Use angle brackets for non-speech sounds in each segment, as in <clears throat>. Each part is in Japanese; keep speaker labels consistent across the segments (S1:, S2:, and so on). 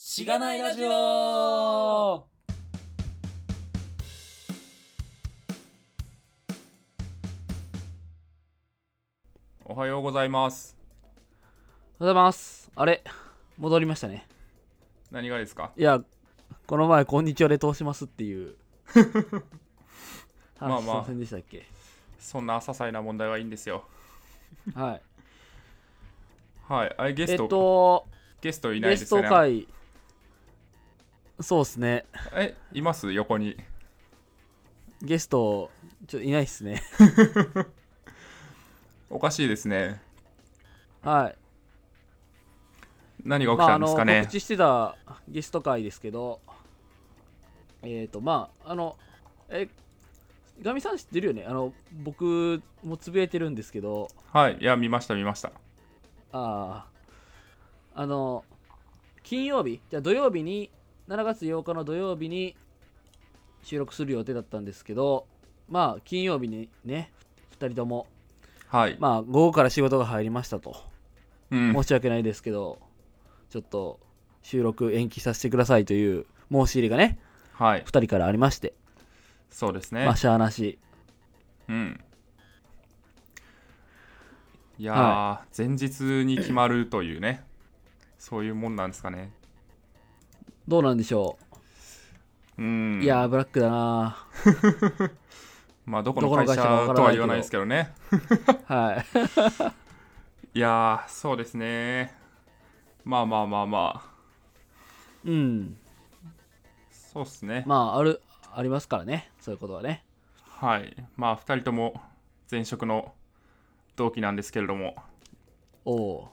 S1: しがないラジオ
S2: おはようございます。
S1: おはようございます。あれ戻りましたね。
S2: 何がですか
S1: いや、この前、こんにちはで通しますっていう。
S2: <laughs> ま
S1: 話
S2: あ
S1: し
S2: まあ
S1: ませんでしたっけ、
S2: そんな些細な問題はいいんですよ。
S1: はい。
S2: はい。あれゲ
S1: え
S2: ス
S1: っ
S2: ト、
S1: と、
S2: ゲストいない
S1: ゲ
S2: で
S1: ス
S2: すよ
S1: ト
S2: ね。
S1: 会、そうですね。
S2: え、います横に。
S1: ゲスト、ちょっといないっすね。
S2: おかしいですね。
S1: はい。
S2: 何が起
S1: まあ、
S2: きた
S1: あ
S2: んで
S1: の
S2: すか
S1: 告
S2: ね。
S1: 知してたゲスト会ですけど、えっ、と、まあ、あの、え、ガミさん知ってるよねあの、僕もつぶやいてるんですけど、
S2: はい。いや、見ました、見ました。
S1: あああの金曜日じゃあ土曜日に7月8日の土曜日に収録する予定だったんですけどまあ金曜日にね2人とも
S2: はい。
S1: まあ午後から仕事が入りましたと
S2: うん。
S1: 申し訳ないですけどちょっと収録延期させてくださいという申し入れがね
S2: はい。
S1: 2人からありまして
S2: そうですね
S1: まあ。しゃあなし
S2: うん。いやー、
S1: は
S2: 前日に決まるというね。そういうもんなんですかね。
S1: どうなんでしょ
S2: うん。
S1: ういやーブラックだな
S2: まあ、どこ
S1: ど
S2: の
S1: この会
S2: 会社
S1: 社
S2: と
S1: かわからないけど
S2: は言わないですけどね。
S1: ーはい
S2: いやー、そうですね。まあまあまあまあ。
S1: うん
S2: そうっすね。
S1: まああるありますからねそういうことはね
S2: はい。まあ、2人とも前職の同期なんですけれども、
S1: おおー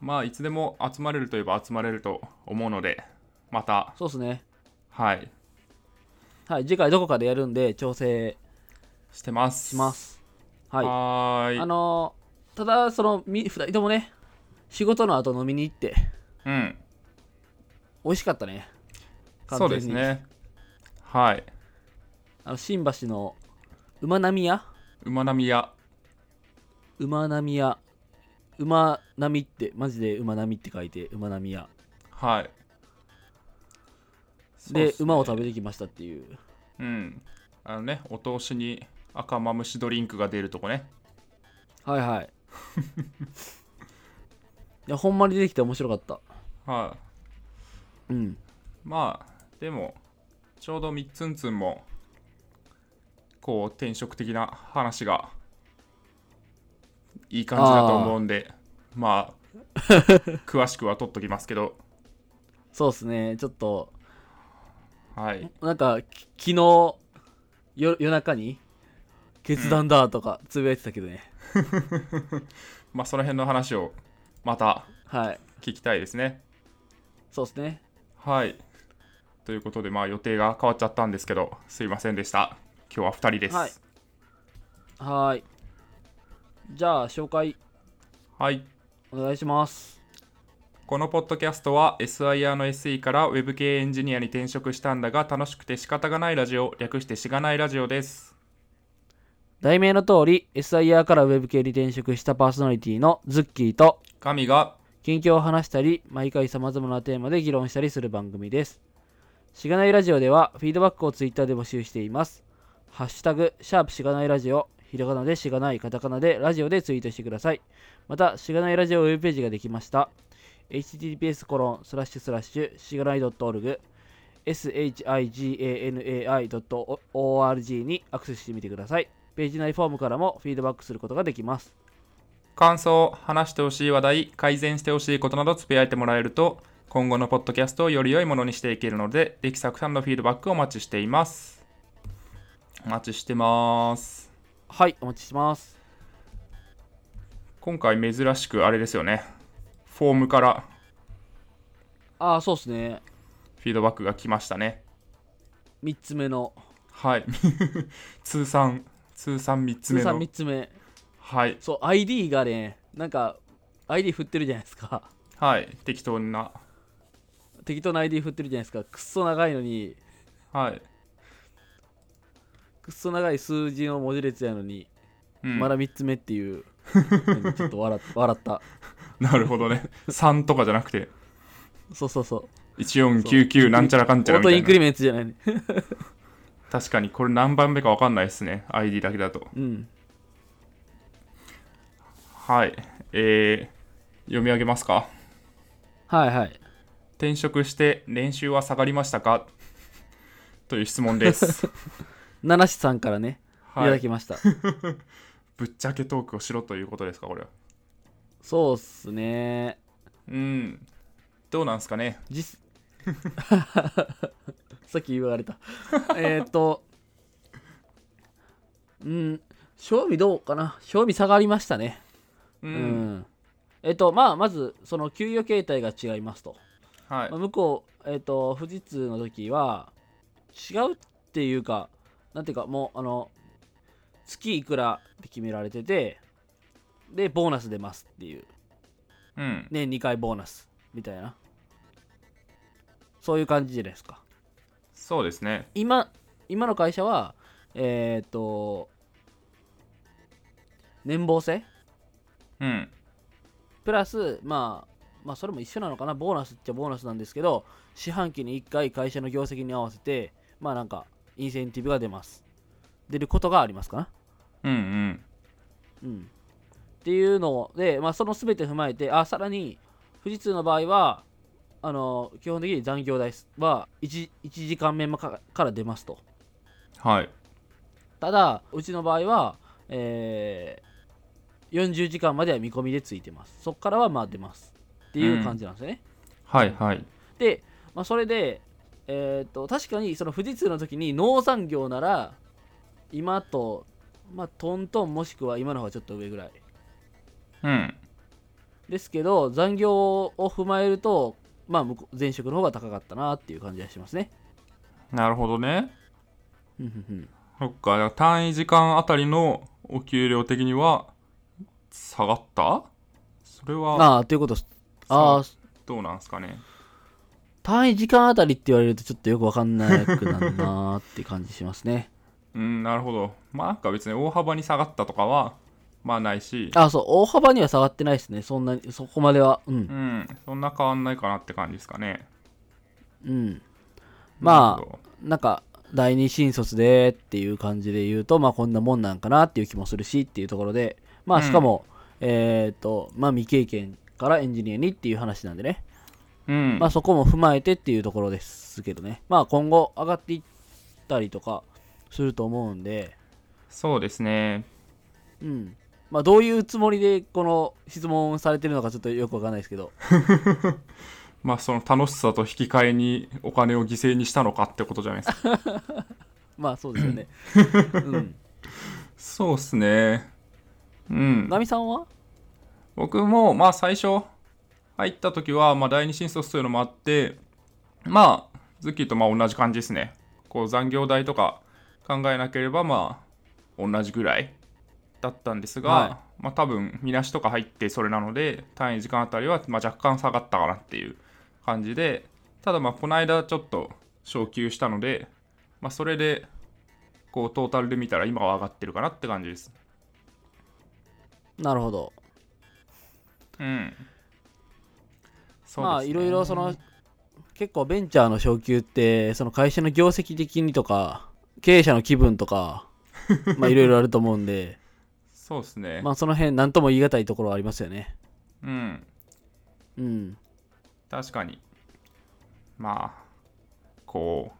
S2: まあ、いつでも集まれるといえば集まれると思うので、また、
S1: そうですね。
S2: はい、
S1: はい、次回どこかでやるんで調整
S2: してます。
S1: しま。す。はい。
S2: はーい。
S1: あのーただ、その、み二人ともね、仕事の後飲みに行って、
S2: うん。
S1: 美味しかったね。
S2: そうです。ね。はい。
S1: あの新橋の馬並屋
S2: 馬並屋。
S1: 馬並屋。馬並って、マジで馬並って書いて、馬並屋。
S2: はい。そうっ
S1: で、
S2: すね
S1: 馬を食べてきましたっていう。
S2: うん。あのね、お通しに赤マムシドリンクが出るとこね。
S1: はい
S2: <laughs>
S1: はい。いや、ほんまに出てきて面白かった。
S2: はい。
S1: うん。
S2: まあでもちょうどみっつんつんもこう転職的な話がいい感じだと思うんでまあ詳しくは取っときますけど
S1: そうですね。ちょっと、
S2: はい
S1: なんかき昨日よ夜中に決断だとかつぶやいてたけどね、
S2: まあその辺の話をまた
S1: はい
S2: 聞きたいですね
S1: そうですね
S2: はいということでまあ予定が変わっちゃったんですけどすいませんでした今日は2人です
S1: はいはーいじゃあ紹介
S2: はい
S1: お願いします
S2: このポッドキャストは SIR の SE から Web 系エンジニアに転職したんだが楽しくて仕方がないラジオ略してしがないラジオです
S1: 題名の通り SIR からウェブ系に転職したパーソナリティのズッキーと
S2: 神が
S1: 近況を話したり毎回さまざまなテーマで議論したりする番組ですしがないラジオではフィードバックをツイッターで募集していますハッシュタグシャープしがないラジオひらがなでしがないカタカナでラジオでツイートしてくださいまたしがないラジオウェブページができました https コロンスラッシュスラッシュしがない .org shiganai.org にアクセスしてみてくださいページ内フォームからもフィードバックすることができます
S2: 感想話してほしい話題改善してほしいことなどつぶやいてもらえると今後のポッドキャストをより良いものにしていけるのでできたくさんのフィードバックをお待ちしていますお待ちしてます
S1: はいお待ちしてます
S2: 今回珍しくあれですよねフォームから
S1: ああそうですね
S2: フィードバックが来ましたね
S1: 3つ目の
S2: はい <laughs> 通算通算3つ
S1: 通
S2: 目
S1: 算
S2: の
S1: 3つ目
S2: はい
S1: そう ID がねなんか ID 振ってるじゃないですか <laughs>
S2: はい、適当な。
S1: 適当な ID 振ってるじゃないですかくっそ長いのに
S2: はい。
S1: くっそ長い数字の文字列やのに、
S2: うん、
S1: まだ3つ目って
S2: <laughs>
S1: いうのにちょっと笑っ笑った
S2: なるほどね。3とかじゃなくて。
S1: そうそうそう
S2: 1499なんちゃらかん
S1: オ
S2: ちゃら
S1: ー
S2: み
S1: ト
S2: た
S1: インク
S2: い
S1: リ
S2: な
S1: メンツじゃないね。
S2: 確かにこれ何番目か分かんないですね ID だけだと
S1: うん。
S2: はいえー、読み上げますか
S1: はいはい。
S2: 転職して年収は下がりましたかという質
S1: <laughs>
S2: 問です、
S1: 七七さんからね、いた
S2: は
S1: だ
S2: い、
S1: きました。
S2: ぶっちゃけトークをしろということですかこれは
S1: そうっすね。
S2: うんどうなんすかね
S1: 実 <laughs> さっき言われた。えっと、うん、賞味どうかな賞味下がりましたね。
S2: う、
S1: うんん。えっ、と、まあ、まず、その給与形態が違いますと。
S2: はい
S1: まあ向こう、えっ、と、富士通の時は、違うっていうか、なんていうか、もう、あの、月いくらって決められてて、で、ボーナス出ますっていう。
S2: うん
S1: 年2回ボーナスみたいな。そういう感じじゃないですか。
S2: そうですね
S1: 今、今の会社は、えっ、と、年俸制
S2: うん
S1: プラス、まあ、まあそれも一緒なのかなボーナスっちゃボーナスなんですけど四半期に1回会社の業績に合わせてまあなんかインセンティブが出ます出ることがありますかな
S2: うんうん
S1: うんっていうので、まあ、その全て踏まえてあさらに富士通の場合はあの基本的に残業代は 1, 1時間目かから出ますと
S2: はい
S1: ただうちの場合は、えー40時間までは見込みでついてますそこからはまあ出ますっていう感じなんですよね、
S2: はいはい
S1: で、まあ、それで、えー、と確かにその富士通の時に農産業なら今と、まあ、トントンもしくは今の方がちょっと上ぐらい
S2: うん
S1: ですけど残業を踏まえると、まあ、向こう前職の方が高かったなっていう感じがしますね。
S2: なるほどね
S1: うんうんうん
S2: そっか単位時間あたりのお給料的には下がったそれは
S1: ああということっすああ
S2: どうなんすかね
S1: 単位時間あたりって言われるとちょっとよくわかんなくなるなーって感じしますね。 <laughs>
S2: うんなるほどまあなんか別に大幅に下がったとかはまあないし
S1: ああそう大幅には下がってないですねそんなにそこまではうん
S2: うんそんな変わんないかなって感じですかね
S1: うんまあ
S2: なるほど
S1: なんか第二新卒でっていう感じで言うとまあこんなもんなんかなっていう気もするしっていうところでまあしかも、えっ、とまあ未経験からエンジニアにっていう話なんでね、
S2: うん
S1: まあそこも踏まえてっていうところですけどねまあ今後上がっていったりとかすると思うんで
S2: そうですね
S1: うんまあどういうつもりでこの質問されてるのかちょっとよくわかんないですけ <laughs> ど
S2: まあその楽しさと引き換えにお金を犠牲にしたのかってことじゃないですか
S1: まあそうですよねうん
S2: そうっすねうん
S1: ナミさんは
S2: 僕もまあ最初入った時はまあ第二新卒というのもあってまあズッキーとまあ同じ感じですねこう残業代とか考えなければまあ同じぐらいだったんですが、
S1: は
S2: まあ多分見なしとか入ってそれなので単位時間あたりはまあ若干下がったかなっていう感じでただまあこの間ちょっと昇給したのでまあそれでこうトータルで見たら今は上がってるかなって感じです
S1: なるほど
S2: うん。そう
S1: まあ
S2: ですね
S1: いろいろその結構ベンチャーの昇給ってその会社の業績的にとか経営者の気分と <laughs> かまあいろいろあると思うんで
S2: そうですね。
S1: まあその辺何とも言い難いところはありますよね
S2: うん。
S1: うん
S2: 確かに。まあ、こ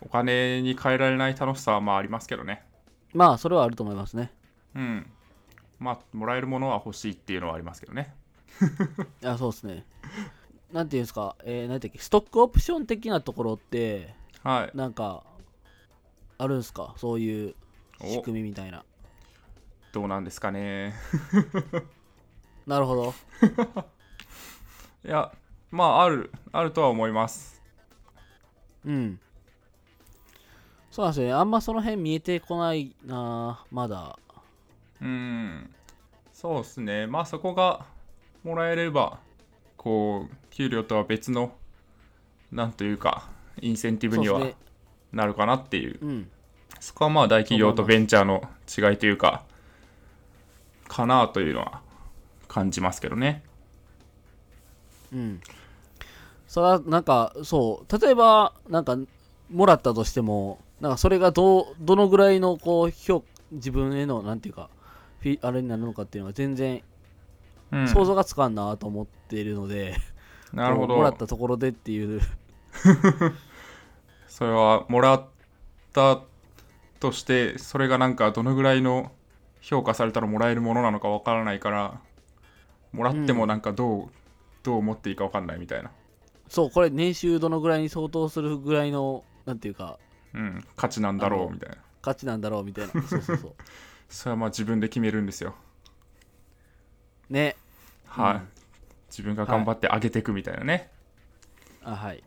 S2: う、お金に換えられない楽しさはまあありますけどね。
S1: まあそれはあると思いますね
S2: うん。まあ、もらえるものは欲しいっていうのはありますけどね。
S1: あそうですねなんていうんですかえー、なんていうっけストックオプション的なところって
S2: はい。
S1: なんかあるんすかそういう仕
S2: お
S1: 組みみたいな
S2: どうなんですかね。
S1: なるほど
S2: いや、まあ、ある、あるとは思います。
S1: うん。そうなんですよね。あんまその辺見えてこないなまだ。
S2: うん。そうですね。まあ、そこがもらえれば、こう、給料とは別の、なんというか、インセンティブ
S1: そう
S2: に
S1: で
S2: は
S1: すね。
S2: なるかなっていう
S1: うん。
S2: そこはまあ大企業とベンチャーの違いというかかなというのは感じますけどね
S1: うん。それはなんかそう例えばなんかもらったとしてもなんかそれがどうどのぐらいのこう評自分へのなんていうかフィあれになるのかっていうのが全然
S2: うん、
S1: 想像がつかんなと思っているので、
S2: なるほ
S1: もら
S2: ど
S1: ったところでっていう
S2: それはもらったとしてそれがなんかどのぐらいの評価されたらもらえるものなのかわからないからもらってもなんかどう、どう思っていいかわかんないみたいな、
S1: そうこれ年収どのぐらいに相当するぐらいのなんていうか
S2: うん、価値なんだ
S1: あ
S2: ろ
S1: の
S2: うみたいな
S1: 価値なんだろうみたい <laughs> なそうそうそう
S2: それはまあ自分で決めるんですよ
S1: ね
S2: はい、
S1: うん
S2: 自分が頑張って上げていくみたいなね、
S1: あはい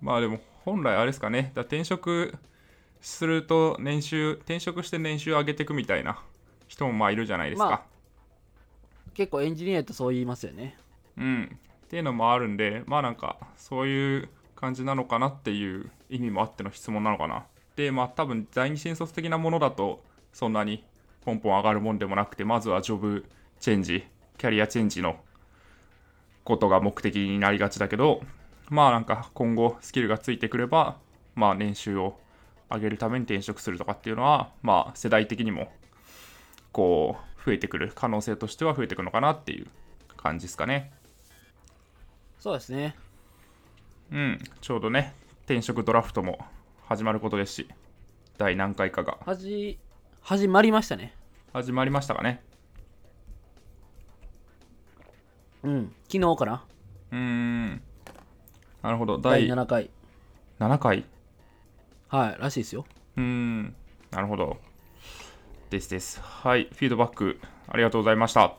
S2: まあでも本来あれですかねだ転職すると年収転職して年収上げていくみたいな人もまあいるじゃないですか、
S1: まあ結構エンジニアってそう言いますよね
S2: うんっていうのもあるんでまあなんかそういう感じなのかなっていう意味もあっての質問なのかなでまあ多分第二新卒的なものだとそんなにポンポン上がるもんでもなくてまずはジョブチェンジキャリアチェンジのことが目的になりがちだけどまあなんか今後スキルがついてくればまあ年収を上げるために転職するとかっていうのはまあ世代的にもこう増えてくる可能性としては増えてくのかなっていう感じですかね。
S1: そうですね
S2: うん、ちょうどね、転職ドラフトも始まることですし、第何回かが
S1: はじ始まりましたね
S2: 始まりましたかね。
S1: うん昨日かな
S2: うーん、なるほど、
S1: 第
S2: 第
S1: 7回
S2: 7回。
S1: はいらしいですよ
S2: うーん、なるほど。ですです。はい、フィードバックありがとうございました。
S1: あ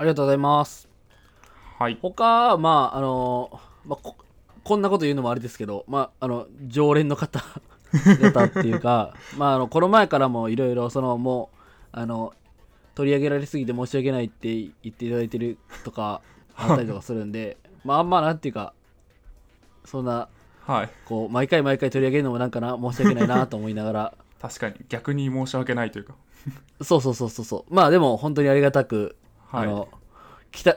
S1: りがとうございます
S2: はい、
S1: 他まああのまあここんなこと言うのもあれですけどまああの常連の方 <laughs> 方っていうかまああのこの前からもいろいろそのもうあの取り上げられすぎて申し訳ないって言っていただいてるとかあったりとかするんで <laughs> まああんまなんていうかそんな
S2: はい、
S1: こう毎回毎回取り上げるのもなんかな申し訳ないなと思いながら <laughs>
S2: 確かに逆に申し訳ないというか、
S1: そうそうそうそうそう。まあでも本当にありがたく、
S2: は
S1: あ
S2: い、
S1: の、来た、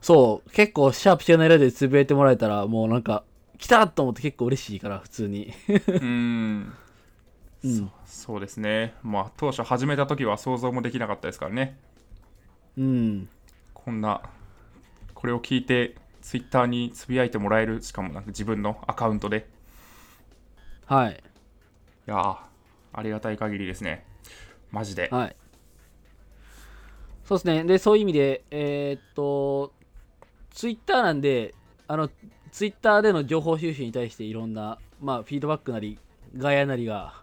S1: そう、結構シャープ知らないラジオでつぶやいてもらえたら、もうなんか、来たと思って結構嬉しいから、普通に。 <laughs>
S2: うーん、
S1: うん
S2: そそうですね、まあ当初始めた時は想像もできなかったですからね。
S1: うん。
S2: こんな、これを聞いて、ツイッターにつぶやいてもらえる、しかもなんか自分のアカウントで。
S1: はい。
S2: いやーありがたい限りですね。マジで。
S1: はい。そうですね。で、そういう意味で、えーっと、ツイッターなんで、あの、ツイッターでの情報収集に対していろんな、まあ、フィードバックなり、ガヤなりが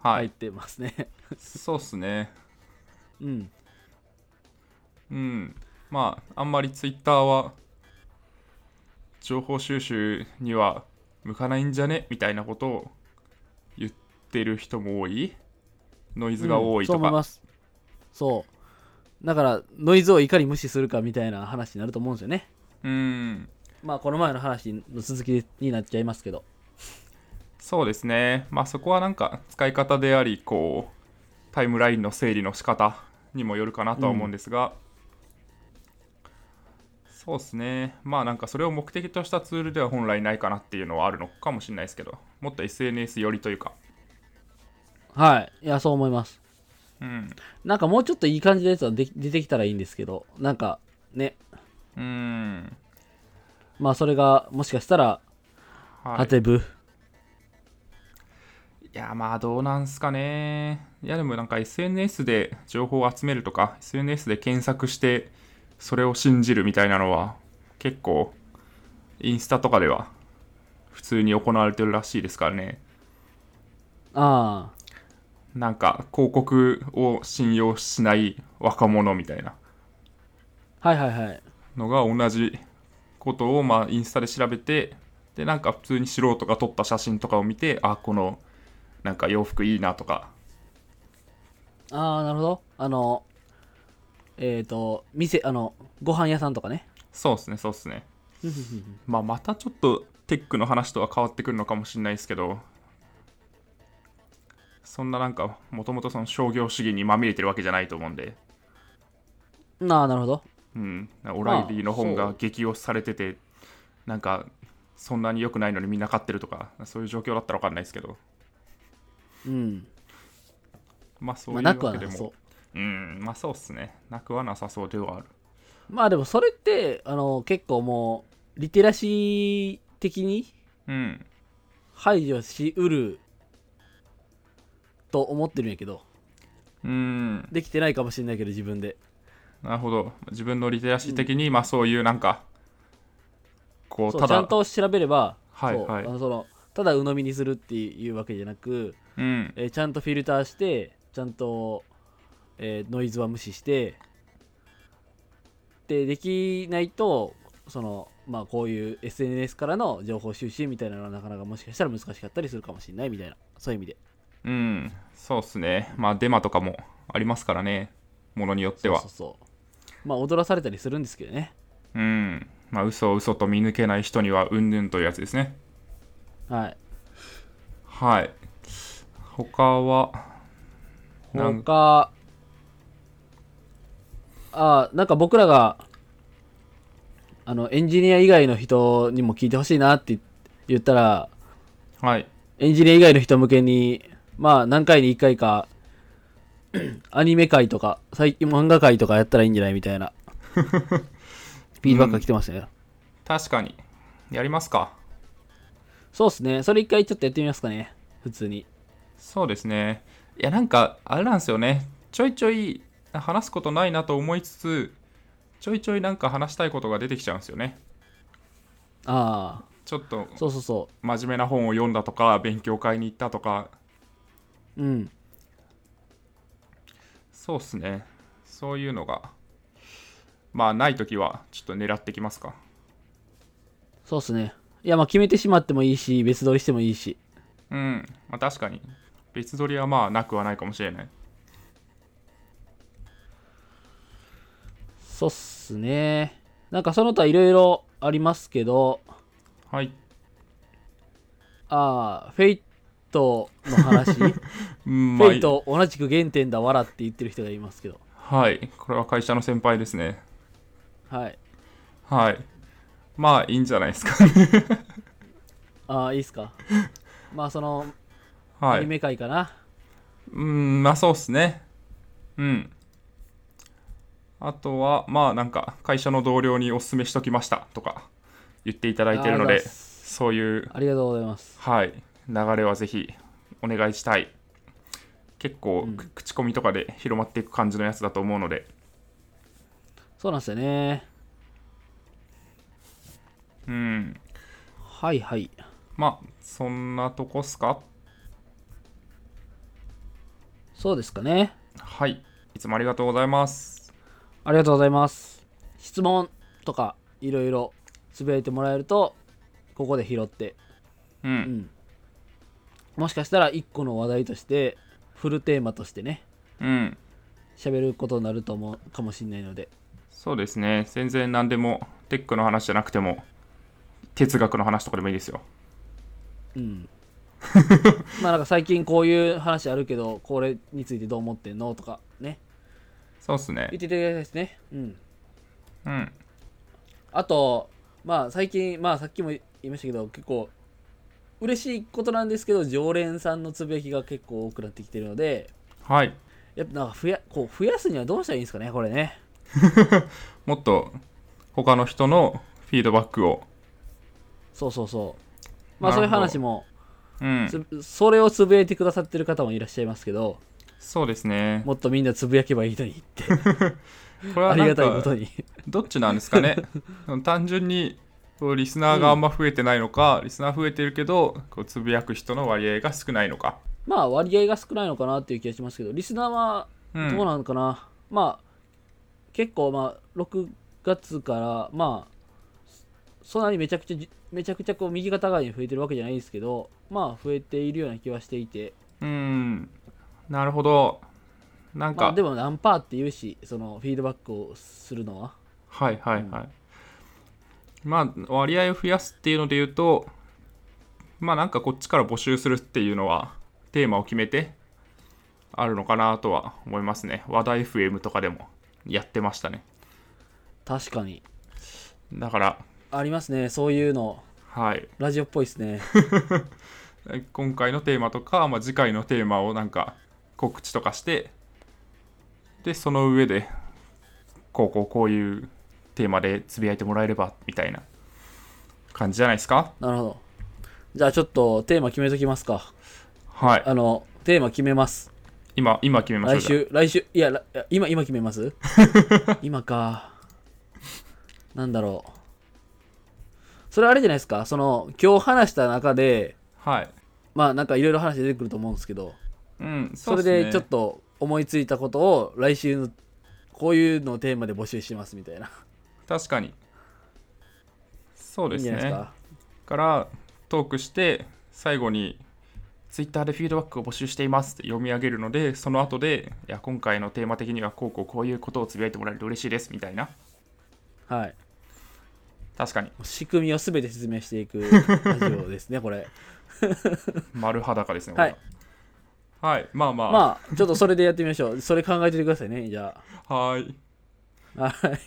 S2: は
S1: 入っ
S2: い。
S1: てますね。 <laughs>
S2: そうっすね。
S1: うん。
S2: うん。まあ、あんまりツイッターは、情報収集には向かないんじゃねみたいなことを言ってる人も多いノイズが多
S1: う
S2: い
S1: んそう
S2: と
S1: 思い
S2: か。
S1: ますそうだからノイズをいかに無視するかみたいな話になると思うんですよね
S2: うん。
S1: まあこの前の話の続きになっちゃいますけど
S2: そうですね、まあ、そこはなんか使い方でありこうタイムラインの整理の仕方にもよるかなとは思うんですが、そうですねまあなんかそれを目的としたツールでは本来ないかなっていうのはあるのかもしれないですけどもっと SNS 寄りというか、
S1: はいいやそう思います
S2: うん、
S1: なんかもうちょっといい感じのやつはで出てきたらいいんですけどなんかね
S2: うん、
S1: まあそれがもしかしたら
S2: は
S1: ハテブ、
S2: い、いやまあどうなんすかねいやでもなんか SNS で情報を集めるとか SNS で検索してそれを信じるみたいなのは結構インスタとかでは普通に行われてるらしいですからね
S1: ああ
S2: なんか広告を信用しない若者みたいな
S1: はいはいはい
S2: のが同じことをまあインスタで調べてでなんか普通に素人が撮った写真とかを見てあこのなんか洋服いいなとか
S1: ああなるほどあのえっ、と店あのご飯屋さんとかね
S2: そうですねそうですねまあ、またちょっとテックの話とは変わってくるのかもしれないですけどそんななんかもともとその商業主義にまみれてるわけじゃないと思うんで
S1: なあなるほど
S2: うん、オライリーの本が激推しされてて、なんかそんなに良くないのにみんな勝ってるとかそういう状況だったら分かんないですけど
S1: うん。
S2: まあそう
S1: ま
S2: い
S1: あ、
S2: う
S1: なく
S2: わ
S1: は
S2: け
S1: な
S2: で
S1: さ
S2: も
S1: そ
S2: うんまあそうっすねなくはなさそうではある
S1: う。まあでもそれって、あの、結構もう、リテラシー的に
S2: うん
S1: 排除しうると思ってるんやけど、
S2: うん
S1: できてないかもしれないけど自分で。
S2: なるほど自分のリテラシー的に、まあそういうなんかこう
S1: そう
S2: た
S1: ちゃん
S2: だ
S1: と調べれば、
S2: はい
S1: そう
S2: はい
S1: あのそのただ鵜呑みにするっていうわけじゃなく、
S2: うん
S1: えーちゃんとフィルターしてちゃんと、えーノイズは無視してでできないとそのまあこういう SNS からの情報収集みたいなのはなかなかもしかしたら難しかったりするかもしれないみたいなそういう意味で
S2: うんそうっすねまあデマとかもありますからねものによっては
S1: そうそうそうまあ踊らされたりするんですけどね
S2: うんまあ嘘を嘘と見抜けない人にはうんぬんというやつですね
S1: はい
S2: はい他はなん
S1: 他あなんか僕らがあのエンジニア以外の人にも聞いてほしいなって言ったら
S2: はい
S1: エンジニア以外の人向けにまあ何回に1回か <clears throat> アニメ会とか最近漫画会とかやったらいいんじゃないみたい
S2: <laughs>
S1: なフィードバックが来てましたね、
S2: 確かにやりますか
S1: そうっすねそれ一回ちょっとやってみますかね普通に
S2: そうですねいやなんかあれなんですよねちょいちょい話すことないなと思いつつちょいちょいなんか話したいことが出てきちゃうんですよね
S1: ああ
S2: ちょっと
S1: そうそうそ
S2: 真面目な本を読んだとか勉強会に行ったとか
S1: ううん
S2: そうっすねそういうのがまあない時はちょっと狙ってきますか
S1: そうっすねいやまあ決めてしまってもいいし別撮りしてもいいし
S2: うんまあ確かに別撮りはまあなくはないかもしれない
S1: そうっすね。なんかその他いろいろありますけど、
S2: はい
S1: ああ、フェイトの話、
S2: <laughs>
S1: フ
S2: うんまあ
S1: ェイト同じく原点だわらって言ってる人がいますけど、
S2: はいこれは会社の先輩ですね
S1: はい。
S2: はいまあいいんじゃない
S1: <laughs>
S2: ですかね
S1: ああ、いいっす
S2: <laughs>
S1: か。まあその、
S2: は
S1: ア
S2: い
S1: ニメ界かな。
S2: うん、まあそうっすね。うん。あとは、まあなんか、会社の同僚におすすめしときましたとか言っていただいているの
S1: ありがとうござい
S2: で、
S1: ます
S2: そういう、
S1: ありがとうございます。
S2: はい、流れはぜひお願いしたい。結構、
S1: うん
S2: く口コミとかで広まっていく感じのやつだと思うので、
S1: そうなんですよね。
S2: うん。
S1: はいはい。
S2: まあ、そんなとこっすか
S1: そうですかね。
S2: はい。いつもありがとうございます。
S1: ありがとうございます。質問とかいろいろつぶやいてもらえると、ここで拾って
S2: う。
S1: うんん、もしかしたら一個の話題としてフルテーマとしてね
S2: うん。
S1: 喋ることになると思うかもしれないので
S2: そうですね。全然何でも、テックの話じゃなくても、哲学の話とかでもいいですよ。
S1: うん
S2: <laughs>
S1: まあなんか最近こういう話あるけどこれについてどう思ってんのとかね
S2: そうっすね
S1: 言っ。ていただきたいですねうん
S2: うん。
S1: あとまあ最近まあさっきも言いましたけど結構嬉しいことなんですけど常連さんのつぶやきが結構多くなってきてるので
S2: はい。
S1: やっぱなんか増やこう増やすにはどうしたらいいんですかねこれね
S2: もっと他の人のフィードバックを。
S1: そうそうそうまあ
S2: な
S1: そういう
S2: るほど
S1: 話も
S2: うん。
S1: つそれをつぶやいてくださってる方もいらっしゃいますけど
S2: そうですね。
S1: もっとみんなつぶやけばいいのにって
S2: これ
S1: あ
S2: は
S1: り
S2: なん
S1: がたいこ
S2: か
S1: と、に
S2: どっちなんですか
S1: <laughs>
S2: ね。単純に、こうリスナーがあんま増えてないのか、リスナー増えてるけど、こうつぶやく人の割合が少ないのか。
S1: まあ割合が少ないのかなっていう気がしますけどリスナーは
S2: う
S1: ど
S2: ん。
S1: うなのかな、まあ結構まあ6月からまあそそんなにめちゃくちゃじめちゃくちゃこう右肩上がりに増えてるわけじゃないですけどまあ増えているような気はしていて
S2: うん。なるほど。なん
S1: ま
S2: か、
S1: あでも何パーって言うしそのフィードバックをするのは
S2: はいはいはい。まあ、割合を増やすっていうので言うと、まあなんかこっちから募集するっていうのは、テーマを決めて、あるのかなとは思いますね。話題 FM とかでもやってましたね。
S1: 確かに。
S2: だから、
S1: ありますね。そういうの。
S2: はい、
S1: ラジオっぽいですね。
S2: 今回のテーマとか、まあ、次回のテーマをなんか告知とかしてでその上でこうこうこういうテーマでつぶやいてもらえればみたいな感じじゃないですか
S1: なるほど。じゃあちょっとテーマ決めときますか。
S2: はい
S1: あの、テーマ決めます。
S2: 今今決めましょう
S1: 来
S2: じゃ
S1: 週、来週、いや、らいや今、今決めます
S2: <laughs>
S1: 今か。なんだろう。それあれじゃないですか。その、今日話した中で、
S2: あはい
S1: まあなんかいろいろ話出てくると思うんですけど、
S2: うん
S1: それ
S2: うすね
S1: でちょっと思いついたことを来週のこういうのをテーマで募集しますみたいな。
S2: 確かにそう
S1: いい
S2: で
S1: んじゃ
S2: すね
S1: ないですか。
S2: からトークして最後にツイッターでフィードバックを募集していますって読み上げるのでその後でいや今回のテーマ的にはこうこうこういうことをつぶやいてもらえると嬉しいですみたいな
S1: はい。
S2: 確かに
S1: 仕組みを全て説明していくラジオですね、
S2: <laughs>
S1: これ。
S2: 丸裸ですね
S1: はい、
S2: これははい、まあまあ、
S1: まあ、ちょっとそれでやってみましょう。それ考えておいてくださいね、じゃ
S2: はーい
S1: あ。はい。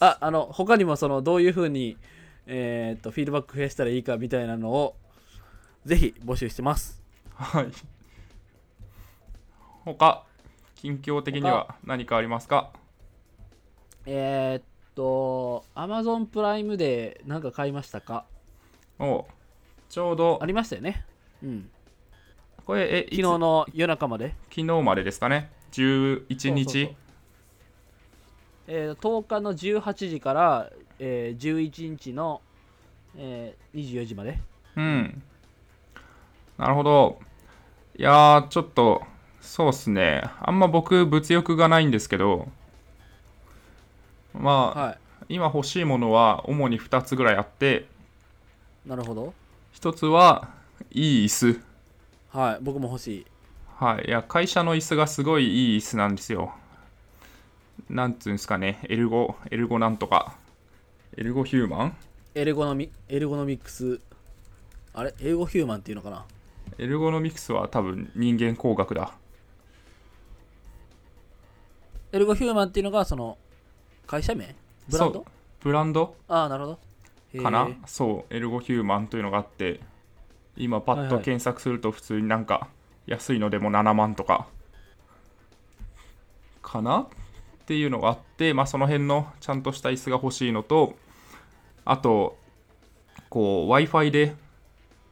S1: あ、あの、他にも、その、どういうふうに、えーっと、フィードバック増やしたらいいかみたいなのを、ぜひ募集してます。
S2: はい他近況的には何かありますか
S1: えーっと、Amazon プライムで何か買いましたか
S2: おうちょうど
S1: ありましたよね。うん。
S2: これえ
S1: 昨
S2: いつ
S1: 日の夜中まで。
S2: 昨日までですかね11
S1: そ
S2: 日
S1: うそうそうえー10日の18時から、えー11日の、えー24時まで。
S2: うん。なるほど。いやー、ちょっと、そうっすね。あんま僕、物欲がないんですけど、まあ、
S1: は
S2: 今欲しいものは主に2つぐらいあって、
S1: い。なるほど。
S2: 1つは、いい椅子。
S1: はい。僕も欲しい。
S2: はい。いや、会社の椅子がすごいいい椅子なんですよ。なんつうんですかね。エルゴ、エルゴなんとか。エルゴヒューマン
S1: エルゴノミ、エルゴノミクス。あれエルゴヒューマンっていうのかな
S2: エルゴノミクスは多分人間工学だ。
S1: エルゴヒューマンっていうのが、その、会社名ブラン
S2: そう
S1: ド
S2: ブランド
S1: ああ、なるほど。へー
S2: かな、そうエルゴヒューマンというのがあって今パ
S1: は
S2: ッ
S1: いは
S2: と
S1: い
S2: 検索すると普通になんか安いのでも7万とかかなっていうのがあって、まあ、その辺のちゃんとした椅子が欲しいのとあとこう w i f i で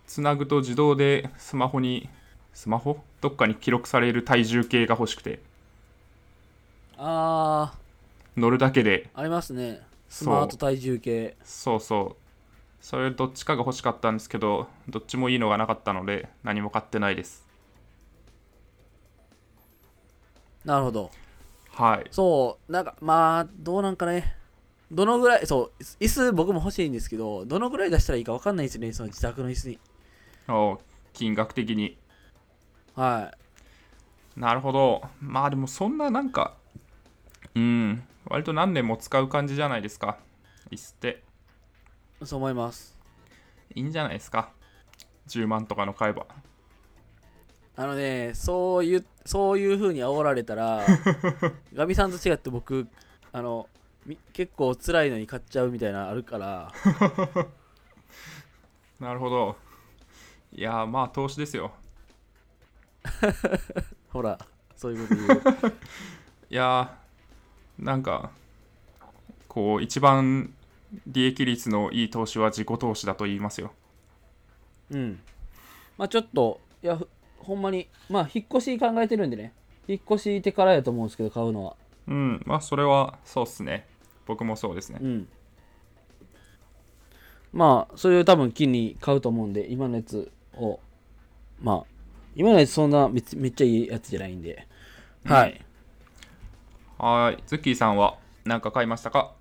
S2: つなぐと自動でスマホにスマホどっかに記録される体重計が欲しくて
S1: あ
S2: 乗るだけで
S1: あ、ありますね。スマート体重計。
S2: そうそう。それどっちかが欲しかったんですけど、どっちもいいのがなかったので、何も買ってないです。
S1: なるほど。
S2: はい。
S1: そう、なんか、まあ、どうなんかね。どのぐらい、そう、椅子僕も欲しいんですけど、どのぐらい出したらいいか分かんないですね、その自宅の椅子に。
S2: お金額的に。
S1: は
S2: なるほど。まあでもそんななんか、うん、割と何年も使う感じじゃないですか。椅子って。
S1: い、そう思います。
S2: いいんじゃないですか。10万とかの買えば。
S1: あのね、そういう、そういう風に煽られたら、ガミさんと違って僕、あの、み結構辛いのに買っちゃうみたいなのあるから、
S2: なるほど。いやーまあ投資ですよ。
S1: ほら、そういうこと言う。
S2: いやーなんかこう一番利益率のいい投資は自己投資だと言いますよ
S1: うん。まあちょっと、いや、ふほんまに、まあ引っ越し考えてるんでね、引っ越してからやと思うんですけど、買うのは。
S2: うんまあそれはそうっすね僕もそうですね
S1: うん。まあ、それを多分機に買うと思うんで、今のやつを、まあ、今のやつそんなめっちめっちゃいいやつじゃないんで、はい。
S2: はーいズッキーさんは何か買いましたか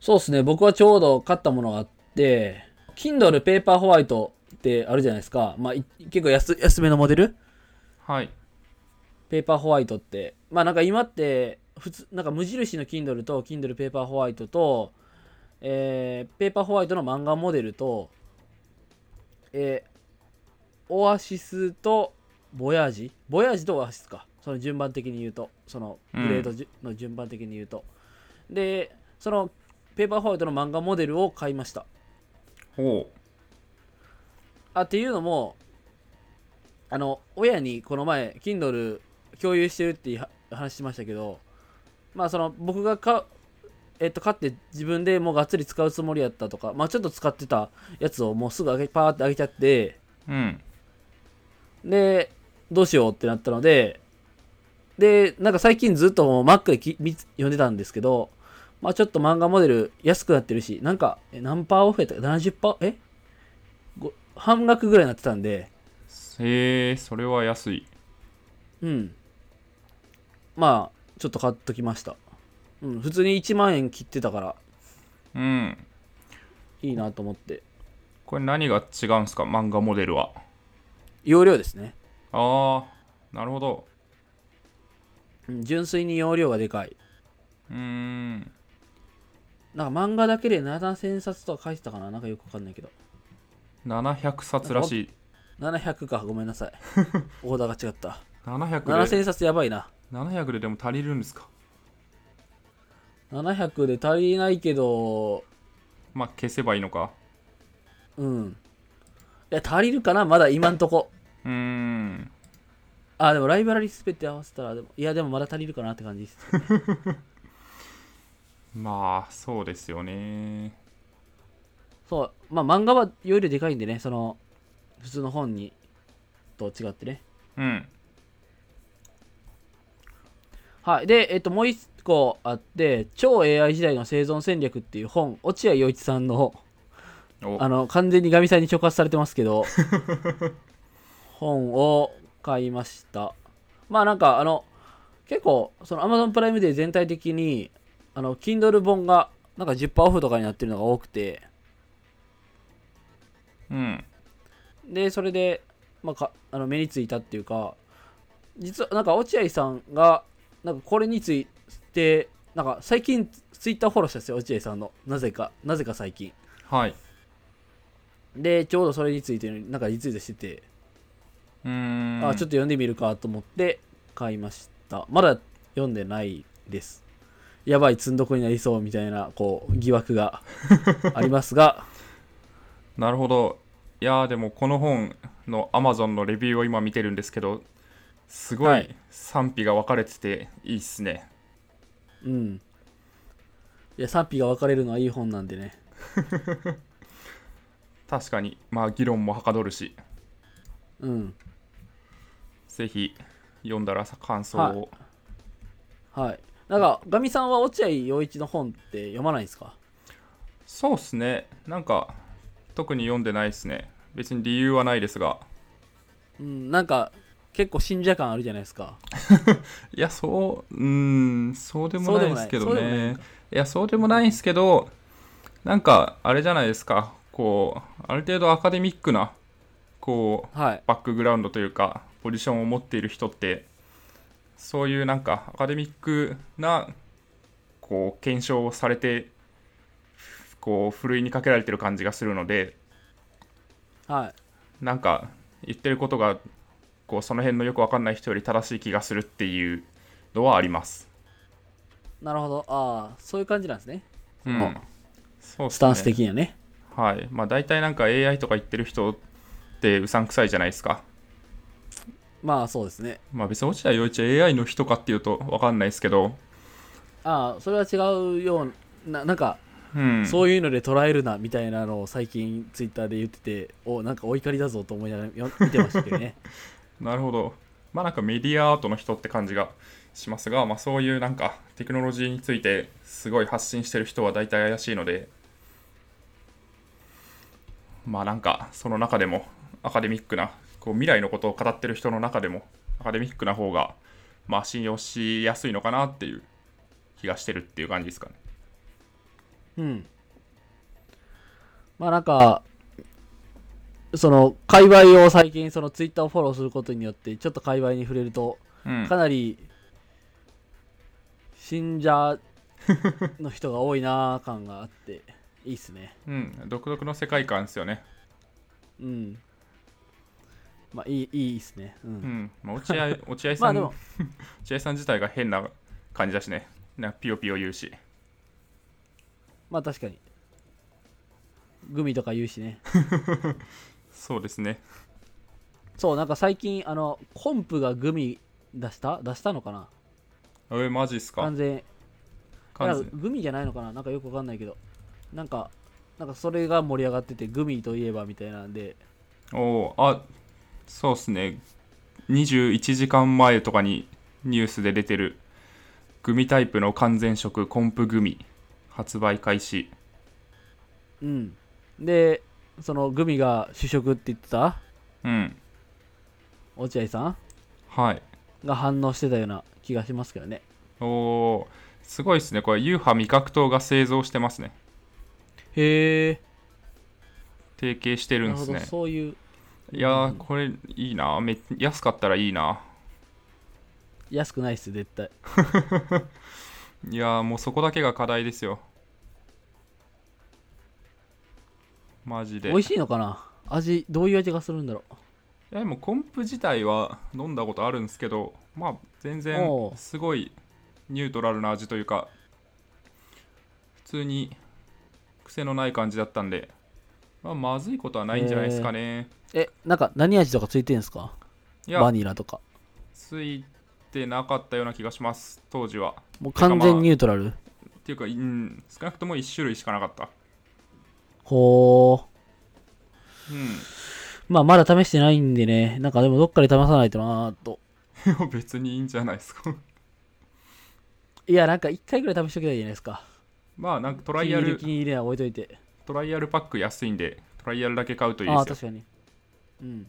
S1: そうですね、僕はちょうど買ったものがあって、Kindle Paper White ってあるじゃないですか。まあ、い結構安安めのモデル
S2: はい
S1: ペーパーホワイトって。まあなんか今って、普通、なんか無印の Kindle と Kindle ペーパーホワイトと、えーペーパーホワイトの漫画モデルと、えーオアシスとボヤージボヤージとオアシスか。その順番的に言うと、そのグレードじゅの順番的に言うと。で、そのペーパーホワイトの漫画モデルを買いました
S2: ほ
S1: あっていうのもあの親にこの前 Kindle 共有してるっていうは話しましたけどまあその僕が買うえっと、買って自分でもうがっつり使うつもりやったとか、まあ、ちょっと使ってたやつをもうすぐあげパーってあげちゃって
S2: ううん
S1: でどうしようってなったのででなんか最近ずっともう Mac でき見読んでたんですけど、まあ、ちょっと漫画モデル安くなってるしなんかえ何パーオフやったか 70%? えご半額ぐらいになってたんで
S2: へえそれは安い
S1: うんまあちょっと買っときましたうん普通に1万円切ってたから
S2: うん
S1: いいなと思って
S2: これ何が違うんですか漫画モデルは
S1: 容量ですね、
S2: ああなるほど
S1: うん、純粋に容量がでかいう
S2: ーん
S1: なんか漫画だけで7000冊とか書いてたかななんかよくわかんないけど
S2: 700冊らしい
S1: 700かごめんなさいオーダーが違った
S2: 700で
S1: 7000冊やばいな
S2: 700ででも足りるんですか
S1: 700で足りないけど
S2: まあ消せばいいのか
S1: うんいや足りるかなまだ今んとこ
S2: うーん
S1: あでもライブラリすべて合わせたらでもいやでもまだ足りるかなって感じです
S2: まあそうですよね
S1: そうまあ漫画は容量でかいんでねその普通の本にと違ってね
S2: うん
S1: はいでえっともう一個あって超 AI 時代の生存戦略っていう本落合陽一さんの
S2: お
S1: あの完全にガミさんに触発されてますけど本を買いましたまあなんかあの結構その Amazon プライムで全体的にあの Kindle 本がなんか10%オフとかになってるのが多くて
S2: うん
S1: でそれで、まあ、かあの目についたっていうか実はなんか落合さんがなんかこれについてなんか最近ツイッターフォローしたんですよ落合さんのなぜかなぜか最近
S2: はい
S1: でちょうどそれについてなんかリツイートしてて、
S2: うーん
S1: あちょっと読んでみるかと思って買いましたまだ読んでないですやばい積んどくになりそうみたいなこう疑惑があります
S2: <laughs>
S1: が
S2: なるほどいやーでもこの本の Amazon のレビューを今見てるんですけどすご
S1: はいい
S2: 賛否が分かれてていいっすね、
S1: うんいや賛否が分かれるのはいい本なんでね
S2: 確かにまあ議論もはかどるし
S1: うん
S2: ぜひ読んだら感想
S1: は
S2: を、
S1: はい。なんか、ガミさんは落合陽一の本って読まないんですか
S2: そうっすねなんか特に読んでないっすね別に理由はないですが
S1: うん、なんか、結構信者感あるじゃないですか。
S2: いやそううーんそうで
S1: そ
S2: も
S1: う
S2: な
S1: で
S2: い
S1: も
S2: で
S1: ない
S2: すけど
S1: そうでもない
S2: ね
S1: のか
S2: いやそうでもないんですけどなんかあれじゃないですかこうある程度アカデミックなこう
S1: はい。
S2: バックグラウンドというかポジションを持っている人ってそういうなんかアカデミックなこう検証をされてこうふるいにかけられてる感じがするので
S1: はい。
S2: なんか言ってることがこうその辺のよくわかんない人より正しい気がするっていうのはあります。
S1: なるほど。ああ、そういう感じなんですね。
S2: うん
S1: あ
S2: そうっすね
S1: スタンス的にはね。
S2: はいまあ大体なんか AI とか言ってる人ってうさんくさいじゃないですか。
S1: まあ、そうですね。
S2: まあ別に落合陽一は AI の人かっていうとわかんないですけど、
S1: ああ、それは違うような、なんか、
S2: うん、
S1: そういうので捉えるな、みたいなのを最近、ツイッターで言ってて、お、なんかお怒りだぞと思いながらよ見てましたけど <laughs> ね。
S2: なるほど。まあなんかメディアアートの人って感じがしますが、まあそういうなんかテクノロジーについてすごい発信してる人は大体怪しいので、まあなんかその中でもアカデミックな、こう未来のことを語ってる人の中でもアカデミックな方がまあ信用しやすいのかなっていう気がしてるっていう感じですかね。
S1: うん。まあなんか、その、界隈を最近、そのツイッターをフォローすることによって、ちょっと界隈に触れると、
S2: うん
S1: か。なり信者の人が多いなー感があって <laughs> いいっすね
S2: うん、独特の世界観ですよね。
S1: うんまあいいいいっすねうん、
S2: うん。まあ落合落合
S1: <laughs> ま
S2: さ
S1: あ
S2: ん、
S1: でも
S2: 落合さん自体が変な感じだしね。なんかピヨピヨ言うし。
S1: まあ確かにグミとか言うしね
S2: そうですね。
S1: そうなんか最近あのコンプがグミ出した出したのかな
S2: え、マジっすか
S1: 完。全
S2: 完
S1: いや
S2: 全。
S1: グミじゃないのかななんかよくわかんないけどなんかなんかそれが盛り上がっててグミといえばみたいなんで
S2: おお、あ、そうっすね。21時間前とかにニュースで出てる、グミタイプの完全食コンプグミ、発売開始。
S1: うんでそのグミが主食って言ってた
S2: うん。
S1: 落合さん
S2: はい。
S1: が反応してたような気がしますけどね
S2: おお、すごいっすね。これ、ユーハ味覚糖が製造してますね。
S1: へえ
S2: 提携して
S1: な
S2: るん
S1: る
S2: で
S1: ほ
S2: す
S1: ど
S2: ね。
S1: そういう
S2: いや
S1: う
S2: ー、
S1: ん
S2: これいいな。め安かったらいいな。
S1: 安くないっす絶対
S2: いやーもうそこだけが課題ですよマジで
S1: 美味しいのかな味どういう味がするんだろ
S2: いやでもコンプ自体は飲んだことあるんですけどまあ全然
S1: おう
S2: すごいニュートラルな味というか普通に癖のない感じだったんで、まあ、まずいことはないんじゃないですかね、
S1: うえなんか何味とかついてんすか
S2: い
S1: バ
S2: や
S1: ニラとか
S2: ついてなかったような気がします当時は
S1: もう完全ニュートラル、
S2: っていうか、うん、少なくとも1種類しかなかった
S1: ほう
S2: うん <laughs>
S1: まあまだ試してないんでねなんかでもどっかで試さないとなーと
S2: いや別にいいんじゃないですか <laughs>
S1: いやなんか1回ぐらい試しておきたいじゃないですか
S2: まあなんかト
S1: 気
S2: ラ
S1: に
S2: イア
S1: 入
S2: ル
S1: り気に入れは置いといて
S2: トライアルパック安いんで、トライアルだけ買うといい
S1: ああ
S2: ですよ。
S1: 確かにうん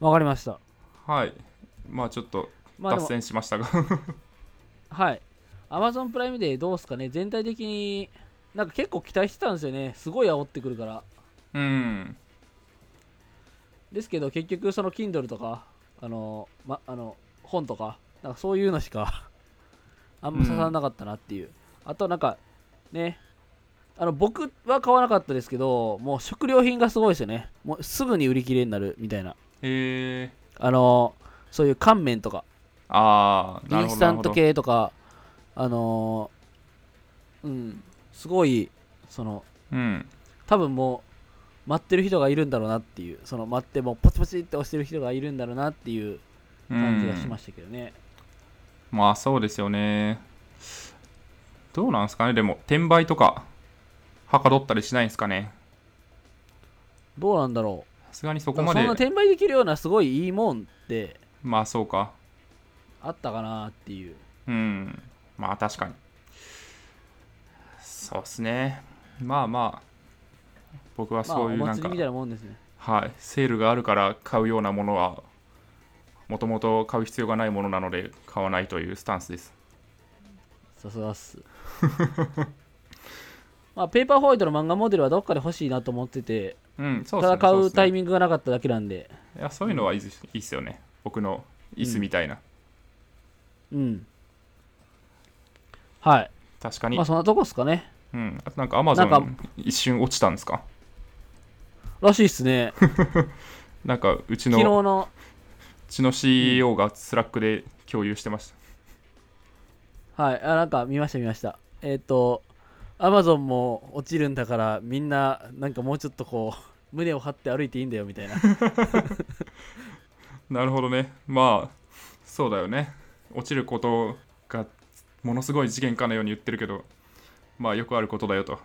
S1: わかりました
S2: はい。まあちょっと
S1: まあで
S2: 脱
S1: も
S2: 線しましたが。
S1: はい Amazon プライムデーどうすかね全体的になんか結構期待してたんですよねすごい煽ってくるから
S2: うん。
S1: ですけど結局その Kindle とかあの,、ま、あの本とかなんかそういうのしか <laughs> あんま刺さらなかったなっていう、あとなんかねあの僕は買わなかったですけどもう食料品がすごいですよねもうすぐに売り切れになるみたいな
S2: えー、
S1: あのそういう乾麺とか
S2: ああ、
S1: イ
S2: なる
S1: ン
S2: ほ
S1: スタ
S2: どなる
S1: ン
S2: ほ
S1: ト
S2: ど。
S1: 系とかあのうんすごいその
S2: うん。
S1: 多分もう待ってる人がいるんだろうなっていうその待ってもうポチポチって押してる人がいるんだろうなっていう
S2: う
S1: 感じがしま
S2: ん、
S1: したけどね、
S2: まあそうですよね。どうなんですかね、でも、転売とか、はかどったりしないんですかね。
S1: どうなんだろ
S2: さすがにそうこ
S1: なん
S2: ま
S1: かそんな
S2: で、
S1: 転売できるようなすごいいいもんって
S2: まあそうか。
S1: あったかなっていう
S2: うん。まあ確かに。そうっすね。まあまあ、僕は
S1: まあ
S2: そ
S1: お
S2: ういうなん
S1: 祭
S2: か
S1: りみ、たいなもんですね
S2: はい、セールがあるから買うようなものはもともと買う必要がないものなので買わないというスタンスです
S1: さすがっす <laughs> まあペーパーホワイトの漫画モデルはどっかで欲しいなと思ってて
S2: うんそう
S1: た
S2: ですね
S1: だ買
S2: そうですね
S1: タイミングがなかっただけなんで
S2: いやそういうのはいいですいいっすよね僕の椅子みたいな、
S1: うんはい
S2: 確かに、
S1: まあそんなとこっすかね
S2: うん、あとなんかアマゾ
S1: なん
S2: ン一瞬落ちたんですから
S1: しいっすね
S2: なんかうち
S1: 昨日
S2: のう
S1: の
S2: ちの CEO がスラックで共有してました、 <laughs>
S1: はいあなんか見ました見ましたえっ、とアマゾンも落ちるんだからみんななんかもうちょっとこう胸を張って歩いていいんだよみたいな
S2: なるほどねまあそうだよね落ちることがものすごい事件かのように言ってるけどまあよくあることだよと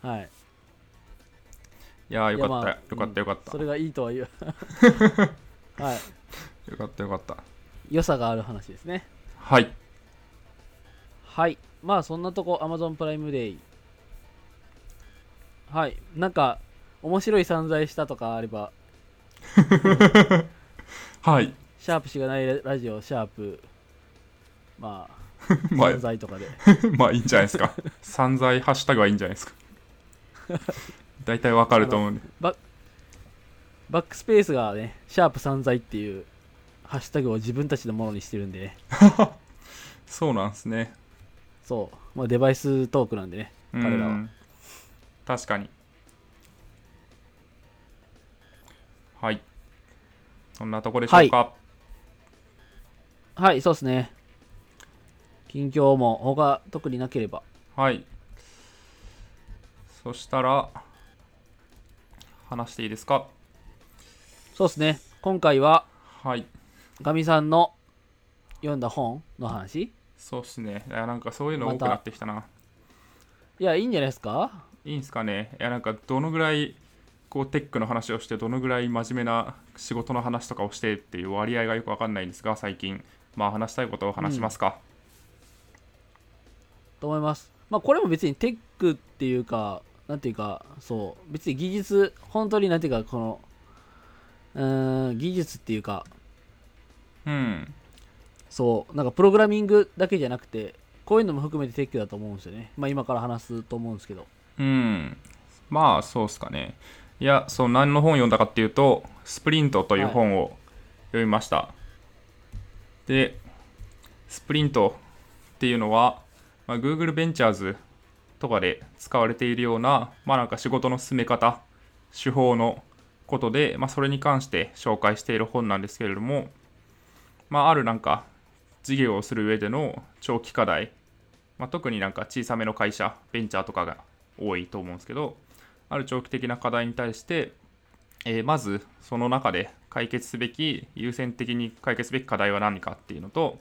S1: はい、
S2: いやーよかった、
S1: いやまあ
S2: よかったよかった、
S1: それがいいとは言う。はい、
S2: よかったよかった
S1: 良さがある話ですね。
S2: はい
S1: はい、まあそんなとこ Amazon プライムデイ。はい、なんか面白い散財したとかあれば、
S2: はい。
S1: シャープしがないラジオ、シャープ、まあ、
S2: まあ
S1: 散、財とかで。
S2: <laughs> まあいいんじゃないですか。散財ハッシュタグはいいんじゃない
S1: <laughs>
S2: ですか。大体わかると思うんで。
S1: バックスペースがね、シャープ散財っていうハッシュタグを自分たちのものにしてるんでね、
S2: そうなんですね。
S1: そう、まあデバイストークなんでね。
S2: うん
S1: 彼らは
S2: 確かに。はい。そんなとこでしょうか。
S1: はい、そうですね。近況も他特になければ
S2: はいそしたら話していいですか
S1: そうですね今回は
S2: はい
S1: ガミさんの読んだ本の話
S2: そうっすねいやなんかそういうの多くなってきたない
S1: やいいんじゃないですか
S2: いいんすかねいやなんかどのぐらいこうテックの話をしてどのぐらい真面目な仕事の話とかをしてっていう割合がよくわかんないんですが最近まあ話したいことを話しますか、
S1: と思いますまあこれも別にテックっていうかなんていうかそう別に技術本当になんていうかこのうーん技術っていうか
S2: うん
S1: そうなんかプログラミングだけじゃなくてこういうのも含めてテックだと思うんですよねまあ今から話すと思うんですけど
S2: うん、まあそうっすかね。いや、そう、何の本を読んだかっていうと、スプリントという
S1: はい
S2: 本を読みました。で、スプリントっていうのは、まあ、Google ベンチャーズとかで使われているような、まあなんか仕事の進め方、手法のことで、まあそれに関して紹介している本なんですけれども、まああるなんか事業をする上での長期課題、まあ、特になんか小さめの会社、ベンチャーとかが多いと思うんですけど、ある長期的な課題に対して、えーまずその中で解決すべき、優先的に解決すべき課題は何かっていうのと、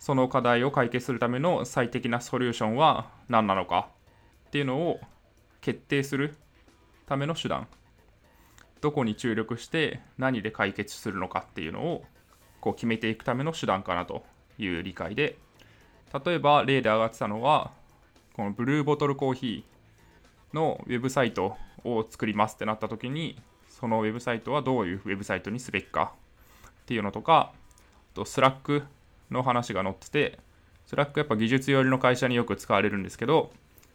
S2: その課題を解決するための最適なソリューションは何なのかっていうのを決定するための手段。どこに注力して何で解決するのかっていうのをこう決めていくための手段かなという理解で例えば例で上がってたのはこのブルーボトルコーヒーのウェブサイトを作りますってなった時にそのウェブサイトはどういうウェブサイトにすべきかっていうのとかあとスラックの話が載っててスラックやっぱ技術寄りの会社によく使われるんですけど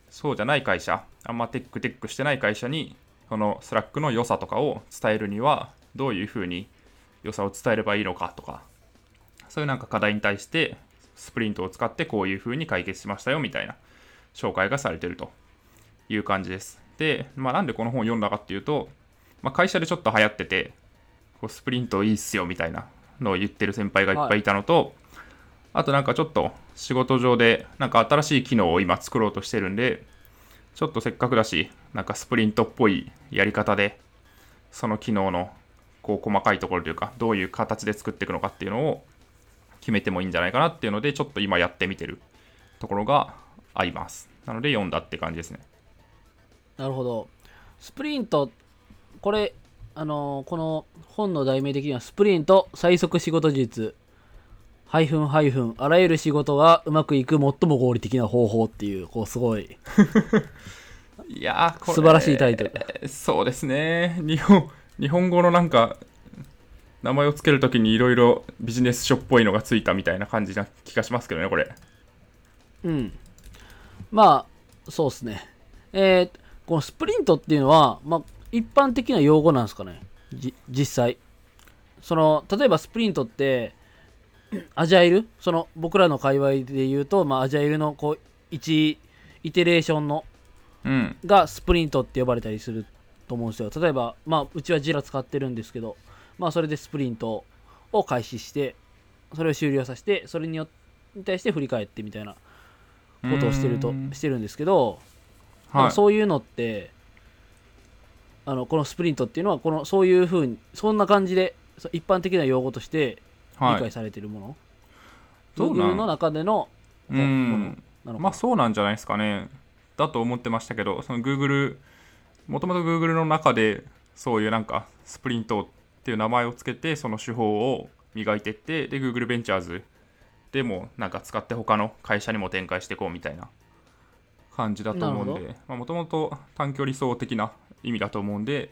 S2: そうじゃない会社あんまテックテックしてない会社にそのスラックの良さとかを伝えるにはどういうふうに良さを伝えればいいのかとかそういうなんか課題に対してスプリントを使ってこういう風に解決しましたよみたいな紹介がされてるという感じです。で、まあ、なんでこの本を読んだかっていうと、まあ、会社でちょっと流行っててこうスプリントいいっすよみたいなのを言ってる先輩がいっぱいいたのと、あとなんかちょっと仕事上でなんか新しい機能を今作ろうとしてるんでちょっとせっかくだしなんかスプリントっぽいやり方でその機能のこう細かいところというかどういう形で作っていくのかっていうのを決めてもいいんじゃないかなっていうのでちょっと今やってみてるところがありますなので読んだって感じですね
S1: なるほどスプリントこれあのーこの本の題名的にはスプリント最速仕事術ハイフンハイフンあらゆる仕事がうまくいく最も合理的な方法っていうこうすごい
S2: いやーこれ
S1: 素晴らしいタイトル
S2: そうですね日本日本語のなんか名前をつけるときにいろいろビジネス書っぽいのがついたみたいな感じな気がしますけどねこれ
S1: うんまあそうですねえーこのスプリントっていうのは、まあ、一般的な用語なんですかねじ実際その例えばスプリントってアジャイルその僕らの界隈で言うと、まあ、アジャイルのこう1イテレーションの
S2: うん
S1: がスプリントって呼ばれたりすると思うんですよ。例えば、まあ、うちはジラ使ってるんですけど、まあ、それでスプリントを開始して、それを終了させて、それによに対して振り返ってみたいなことをしてると
S2: うーん
S1: してるんですけど、なん
S2: は
S1: か
S2: い
S1: そういうのってあのこのスプリントっていうのはこのそういうふうにそんな感じでそう一般的な用語として理
S2: は
S1: 解
S2: い
S1: されてるもの、
S2: どうなん
S1: Google の中での
S2: う
S1: も
S2: ん
S1: のなのか、
S2: まあそうなんじゃないですかね。だと思ってましたけど、その Google、もともと Google の中で、そういうなんか、スプリントっていう名前をつけて、その手法を磨いてって、で、Google ベンチャーズでもなんか使って他の会社にも展開していこうみたいな感じだと思う
S1: なんる
S2: で、もともと短距離走的な意味だと思うんで、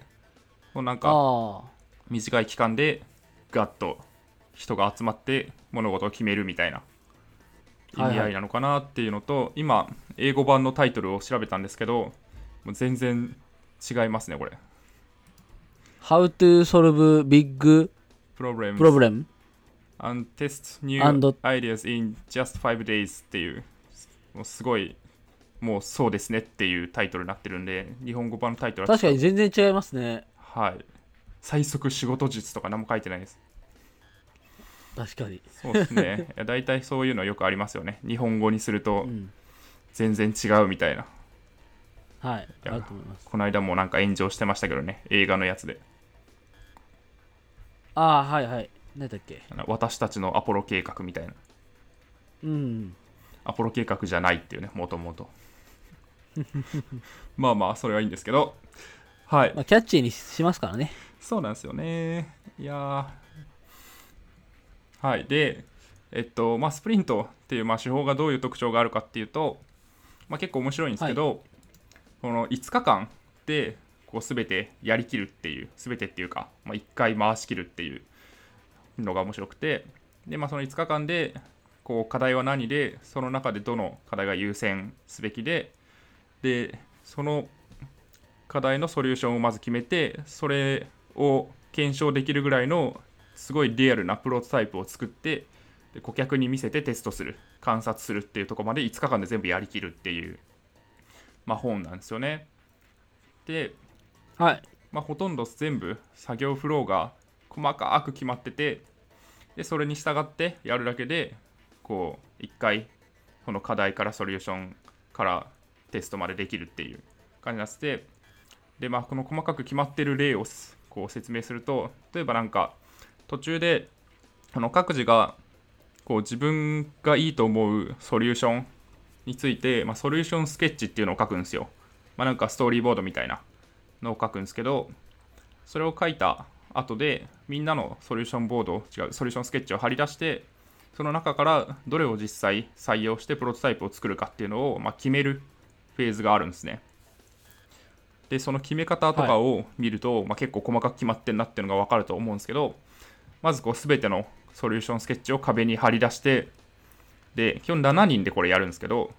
S2: もうなんか、
S1: ああ
S2: 短い期間でガッと人が集まって物事を決めるみたいな意味合いなのかなっていうのと、今英語版のタイトルを調べたんですけどもう全然違いますねこれ
S1: How to solve big
S2: Problems
S1: problem?
S2: and test new
S1: And-
S2: ideas in just five days っていうもうすごいもうそうですねっていうタイトルになってるんで日本語版のタイトルは
S1: 確かに全然違いますね
S2: はい最速仕事術とか何も書いてないです
S1: 確かに、
S2: そうで
S1: <laughs>
S2: すねいや大体そういうのよくありますよね日本語にする
S1: う
S2: と
S1: ん、
S2: 全然違うみたいな
S1: はい
S2: や
S1: あると思います
S2: この間もなんか炎上してましたけどね映画のやつで
S1: ああはいはい何だっけ
S2: あの私たちのアポロ計画みたいな
S1: うん
S2: アポロ計画じゃないっていうねもともとまあまあそれはいいんですけどはい
S1: まあ、キャッチーにししますからね
S2: そうなんですよね。いやーはい。で、えっと、まあ、スプリントっていう、まあ、手法がどういう特徴があるかっていうと、まあ、結構面白いんですけど、この5日間で、こう、すべてやりきるっていう、すべてっていうか、まあ、1回回しきるっていうのが面白くて、で、まあ、その5日間で、こう、課題は何で、その中でどの課題が優先すべきで、で、その課題のソリューションをまず決めてそれを検証できるぐらいのすごいリアルなプロトタイプを作ってで顧客に見せてテストする観察するっていうところまで5日間で全部やりきるっていう、まあ、本なんですよね。で、
S1: はい
S2: まあ、ほとんど全部作業フローが細かく決まっててでそれに従ってやるだけでこう一回この課題からソリューションからテストまでできるっていう感じになっててでまあこの細かく決まってる例をすこう説明すると例えばなんか途中であの各自がこう自分がいいと思うソリューションについて、まあ、ソリューションスケッチっていうのを書くんですよ。まあ、なんかストーリーボードみたいなのを書くんですけどそれを書いた後でみんなのソリューションボードを違うソリューションスケッチを貼り出してその中からどれを実際採用してプロトタイプを作るかっていうのを、まあ、決めるフェーズがあるんですねでその決め方とかを見ると、まあ、結構細かく決まってんなっていうのが分かると思うんですけどまずこう全てのソリューションスケッチを壁に貼り出してで基本7人でこれやるんですけど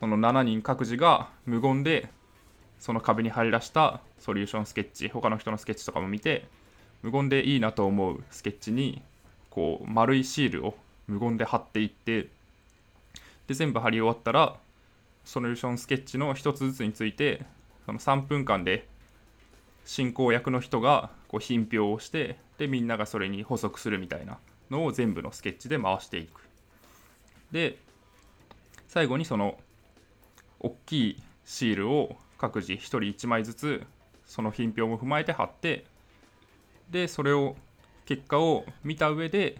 S2: この7人各自が無言でその壁に貼り出したソリューションスケッチ他の人のスケッチとかも見て無言でいいなと思うスケッチにこう丸いシールを無言で貼っていってで全部貼り終わったらソリューションスケッチの一つずつについてその3分間で進行役の人がこう品評をしてでみんながそれに補足するみたいなのを全部のスケッチで回していくで最後にその大きいシールを各自1人1枚ずつその品評も踏まえて貼ってでそれを結果を見た上で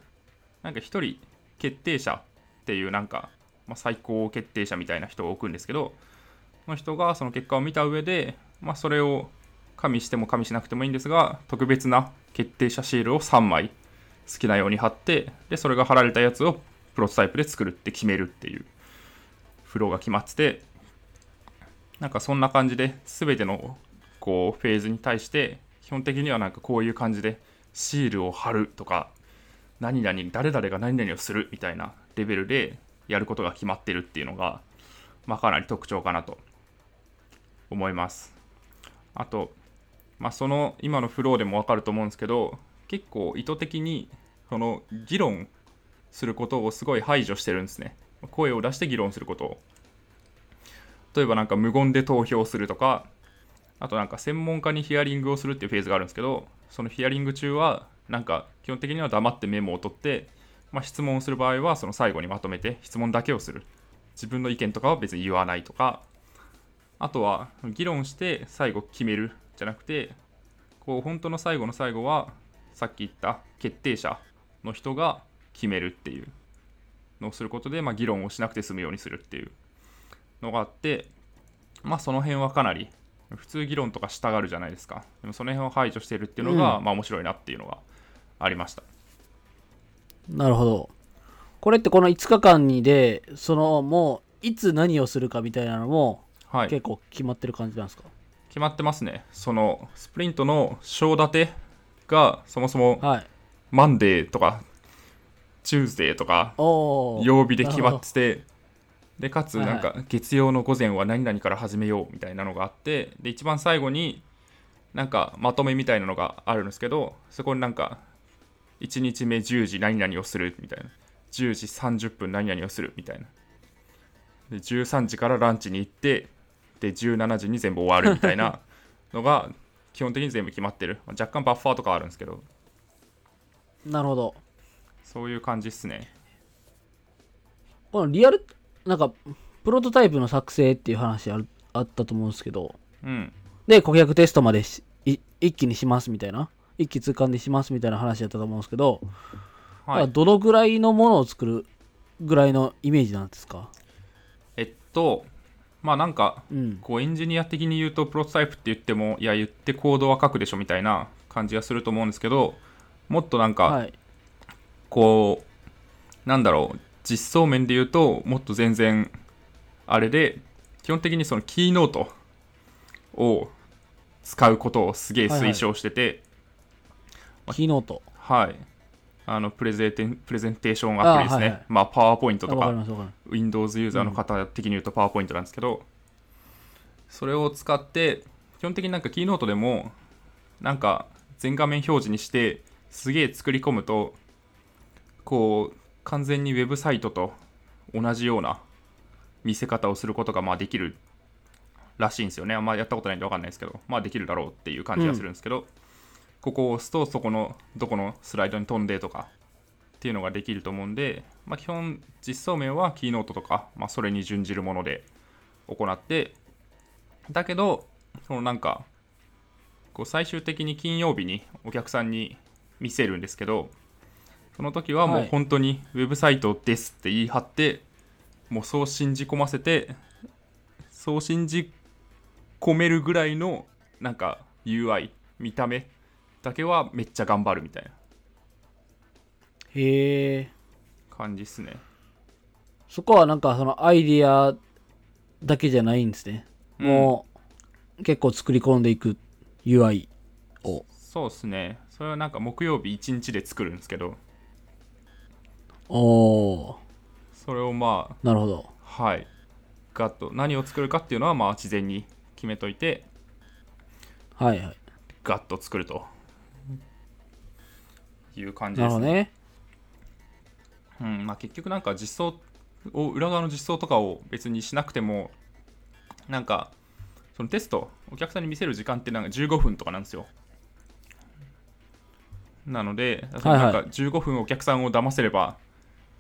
S2: なんか1人決定者っていうなんか、まあ、最高決定者みたいな人を置くんですけどその人がその結果を見た上で、まあ、それを加味しても加味しなくてもいいんですが特別な決定者シールを3枚好きなように貼ってでそれが貼られたやつをプロトタイプで作るって決めるっていうフローが決まっててなんかそんな感じで全てのこうフェーズに対して基本的にはなんかこういう感じでシールを貼るとか何々誰々が何々をするみたいなレベルでやることが決まってるっていうのが、まあ、かなり特徴かなと思いますあと、まあ、その今のフローでも分かると思うんですけど結構意図的にその議論することをすごい排除してるんですね声を出して議論することを例えばなんか無言で投票するとかあとなんか専門家にヒアリングをするっていうフェーズがあるんですけどそのヒアリング中はなんか基本的には黙ってメモを取って、まあ、質問をする場合はその最後にまとめて質問だけをする自分の意見とかは別に言わないとかあとは議論して最後決めるじゃなくてこう本当の最後の最後はさっき言った決定者の人が決めるっていうのをすることで、まあ、議論をしなくて済むようにするっていうのがあってまあその辺はかなり普通議論とかしたがるじゃないですかでもその辺を排除してるっていうのが、
S1: うん
S2: まあ面白いなっていうのがありました
S1: なるほどこれってこの5日間にでそのもういつ何をするかみたいなのも
S2: はい
S1: 結構決まってる感じなんですか、
S2: 決まってますねそのスプリントの章立てがそもそも
S1: はい。
S2: マンデーとかチューズデーとか
S1: おお。
S2: 曜日で決ま
S1: なるほ
S2: っ
S1: ど
S2: ててでかつ
S1: はいは
S2: ないんか月曜の午前は何々から始めようみたいなのがあってで一番最後になんかまとめみたいなのがあるんですけどそこになんか1日目10時何々をするみたいな10時30分何々をするみたいなで13時からランチに行ってで17時に全部終わるみたい
S1: <laughs>
S2: なのが基本的に全部決まってるまあ若干バッファーとかあるんですけど
S1: なるほど。
S2: そういう感じっすね。
S1: このリアルなんかプロトタイプの作成っていう話あるあったと思うんですけど
S2: うん。
S1: で顧客テストまでしい一気にしますみたいな一気通貫でしますみたいな話だったと思うんですけど、だか
S2: は
S1: ら
S2: い。
S1: どのぐらいのものを作るぐらいのイメージなんですか
S2: えっと、まあなんか、
S1: うん
S2: こうエンジニア的に言うとプロトタイプって言ってもいや言ってコードは書くでしょみたいな感じがすると思うんですけどもっとなんか
S1: はい
S2: こう、なんだろう実装面で言うともっと全然あれで基本的にそのキーノートを使うことをすげえ推奨してて
S1: キーノート
S2: はい、あのプレゼンテプレゼンテーションアプリですね
S1: あはいはい
S2: まあパワーポイント
S1: あ
S2: と
S1: わか
S2: か
S1: りますわかります
S2: Windows ユーザーの方的に言うと PowerPoint なんですけど、それを使って基本的になんかキーノートでもなんか全画面表示にしてすげえ作り込むとこう完全にウェブサイトと同じような見せ方をすることがまあできるらしいんですよねあんまやったことないんで分かんないですけどまあできるだろうっていう感じがするんですけど、ここを押すとそこのどこのスライドに飛んでとかっていうのができると思うんで、まあ、基本実装面はキーノートとか、まあ、それに準じるもので行ってだけどそのなんかこう最終的に金曜日にお客さんに見せるんですけどその時はも
S1: は
S2: う
S1: い
S2: 本当にウェブサイトですって言い張って、もうそう信じ込ませてそう信じ込めるぐらいのなんか UI 見た目だけはめっちゃ頑張るみたいな
S1: へえ
S2: 感じっすね
S1: そこはなんかそのアイディアだけじゃないんですね、
S2: うん
S1: もう結構作り込んでいく UI を
S2: そうっすねそれはなんか木曜日1日で作るんですけど
S1: おお
S2: それをま
S1: ーなるほど
S2: あはいガッと何を作るかっていうのはまあ事前に決めといて
S1: はいはい
S2: ガッと作るという感じ
S1: な
S2: で
S1: るほ
S2: す
S1: ど
S2: ね
S1: ね
S2: うんまあ、結局なんか実装を裏側の実装とかを別にしなくてもなんかそのテストお客さんに見せる時間ってなんか15分とかなんですよなので
S1: いはい
S2: なんか15分お客さんを騙せれば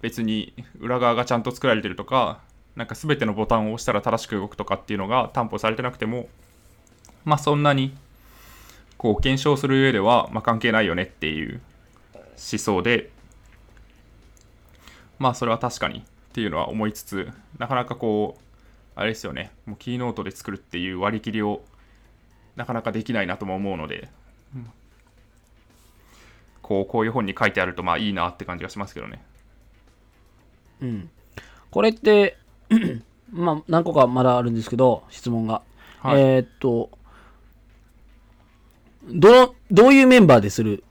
S2: 別に裏側がちゃんと作られてるとかなんか全てのボタンを押したら正しく動くとかっていうのが担保されてなくてもまあそんなにこう検証する上ではまあ関係ないよねっていう思想でまあそれは確かにっていうのは思いつつなかなかこうあれですよねもうキーノートで作るっていう割り切りをなかなかできないなとも思うので、うんこうこういう本に書いてあるとまあいいなって感じがしますけどね
S1: うんこれって <clears throat> まあ何個かまだあるんですけど質問が、
S2: はい、
S1: えーっとどのどういうメンバーでする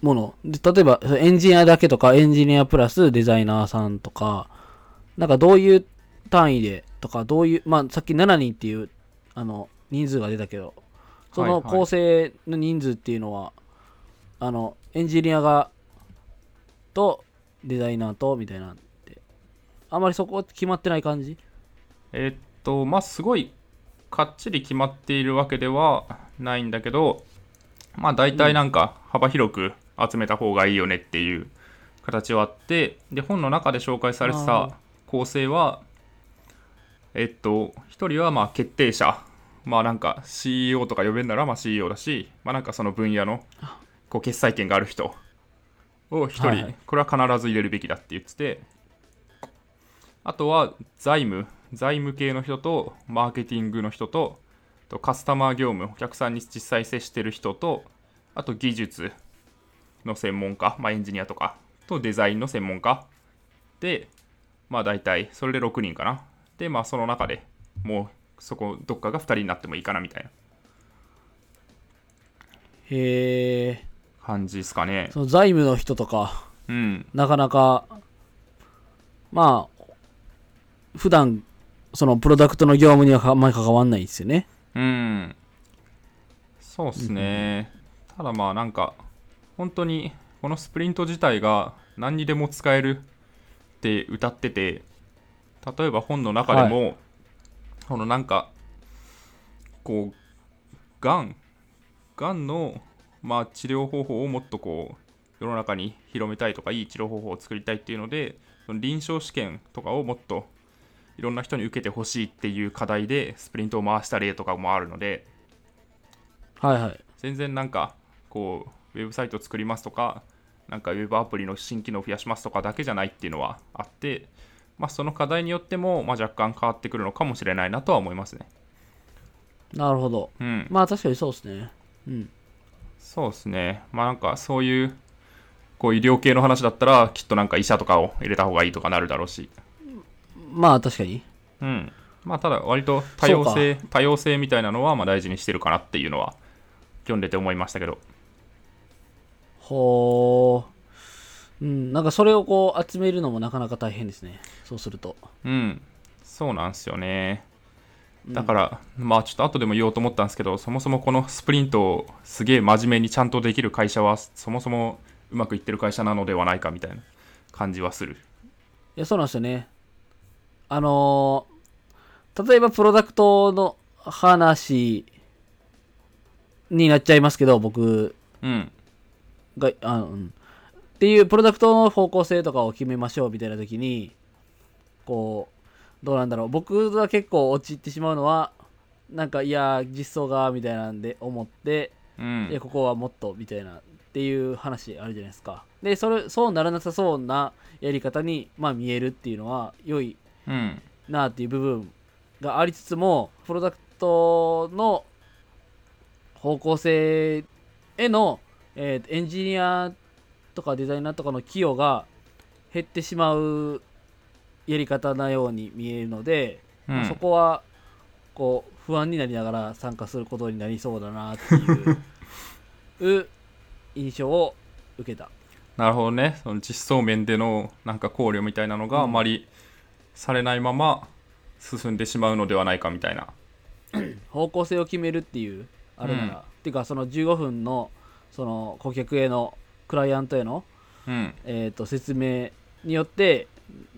S1: もので例えばそのエンジニアだけとかエンジニアプラスデザイナーさんとかなんかどういう単位でとかどういうまあさっき7人っていうあの人数が出たけどそ
S2: は
S1: の
S2: いはい
S1: 構成の人数っていうのは、あのエンジニアがとデザイナーとみたいなんてあまりそこ決まってない感じ
S2: えーっとまあすごいかっちり決まっているわけではないんだけどまあ大体なんか幅広く集めた方がいいよねっていう形はあってで本の中で紹介されて
S1: あー
S2: た構成はえっと一人はまあ決定者まあなんか CEO とか呼べるならまあ CEO だしまあなんかその分野のこう決裁権がある人を一人、
S1: はいはい
S2: これは必ず入れるべきだって言っててあとは財務財務系の人とマーケティングの人ととカスタマー業務お客さんに実際接してる人とあと技術の専門家、まあ、エンジニアとかとデザインの専門家でまあ大体それで6人かなでまあその中でもうそこどっかが2人になってもいいかなみたいな
S1: へえ
S2: 感じですかね
S1: その財務の人とか
S2: うん
S1: なかなか、まあ、普段、そのプロダクトの業務にはあんまり関わんないですよね。
S2: うん。そうっすね。ただまあなんか、本当にこのスプリント自体が何にでも使えるって歌ってて、例えば本の中でも、このなんか、こう、がん、がんの、まあ、治療方法をもっとこう、世の中に広めたいとかいい治療方法を作りたいっていうのでその臨床試験とかをもっといろんな人に受けてほしいっていう課題でスプリントを回した例とかもあるので
S1: はいはい。
S2: 全然なんかこうウェブサイト作りますとかなんかウェブアプリの新機能増やしますとかだけじゃないっていうのはあって、まあ、その課題によっても、まあ、若干変わってくるのかもしれないなとは思いますね。
S1: なるほど。
S2: うん、
S1: まあ確かにそうですね。うん。
S2: そうですね。まあなんかそういう、こう医療系の話だったら、きっとなんか医者とかを入れた方がいいとかなるだろうし。
S1: まあ確かに。
S2: うん。まあただ割と多様性、多様性みたいなのはまあ大事にしてるかなっていうのは、読んでて思いましたけど。
S1: ほう。うん、なんかそれをこう集めるのもなかなか大変ですね。そうすると。
S2: うん。そうなんですよね。だから、まあちょっと後でも言おうと思ったんですけど、そもそもこのスプリントをすげえ真面目にちゃんとできる会社は、そもそもうまくいってる会社なのではないかみたいな感じはする。
S1: いや、そうなんですよね。あのー例えばプロダクトの話になっちゃいますけど、僕
S2: うん。
S1: が、あうん。っていう、プロダクトの方向性とかを決めましょうみたいな時に、こう、どうなんだろう。僕が結構陥ってしまうのは、なんか、いやー、実装が、みたいなんで思って、
S2: うん。
S1: いやここはもっとみたいなっていう話あるじゃないですかでそれそうならなさそうなやり方に、まあ、見えるっていうのは良い
S2: うん。
S1: なっていう部分がありつつもプロダクトの方向性への、えーエンジニアとかデザイナーとかの寄与が減ってしまうやり方なように見えるので、
S2: う
S1: まあ
S2: ん
S1: そこはこう不安になりながら参加することになりそうだなって
S2: <laughs>
S1: いうう印象を受けた。
S2: なるほどねその実装面でのなんか考慮みたいなのが
S1: うん
S2: あまりされないまま進んでしまうのではないかみたいな
S1: 方向性を決めるっていうあれなら、
S2: うん
S1: っていうかその15分のその顧客へのクライアントへの、
S2: うん
S1: えー、と説明によって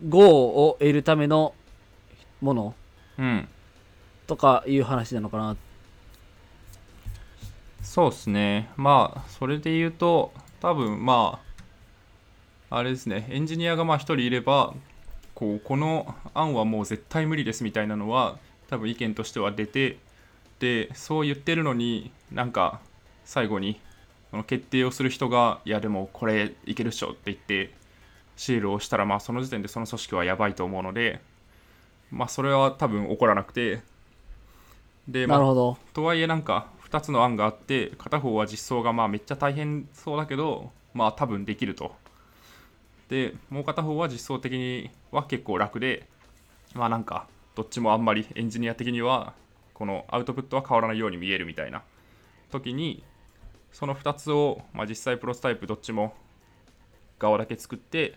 S1: GO を得るためのもの
S2: うん
S1: とかいう話なのかな
S2: そうですねまあそれで言うと多分まああれですねエンジニアがまあ1人いればこうこの案はもう絶対無理ですみたいなのは多分意見としては出てでそう言ってるのになんか最後にその決定をする人が「いやでもこれいけるっしょ」って言ってシールを押したらまあその時点でその組織はやばいと思うのでまあそれは多分起こらなくてで、ま
S1: な
S2: あ
S1: る、ほど
S2: とはいえなんか2つの案があって片方は実装がまあめっちゃ大変そうだけどまあ多分できるとでもう片方は実装的には結構楽でまあなんかどっちもあんまりエンジニア的にはこのアウトプットは変わらないように見えるみたいな時にその2つを、まあ、実際プロトタイプどっちも側だけ作って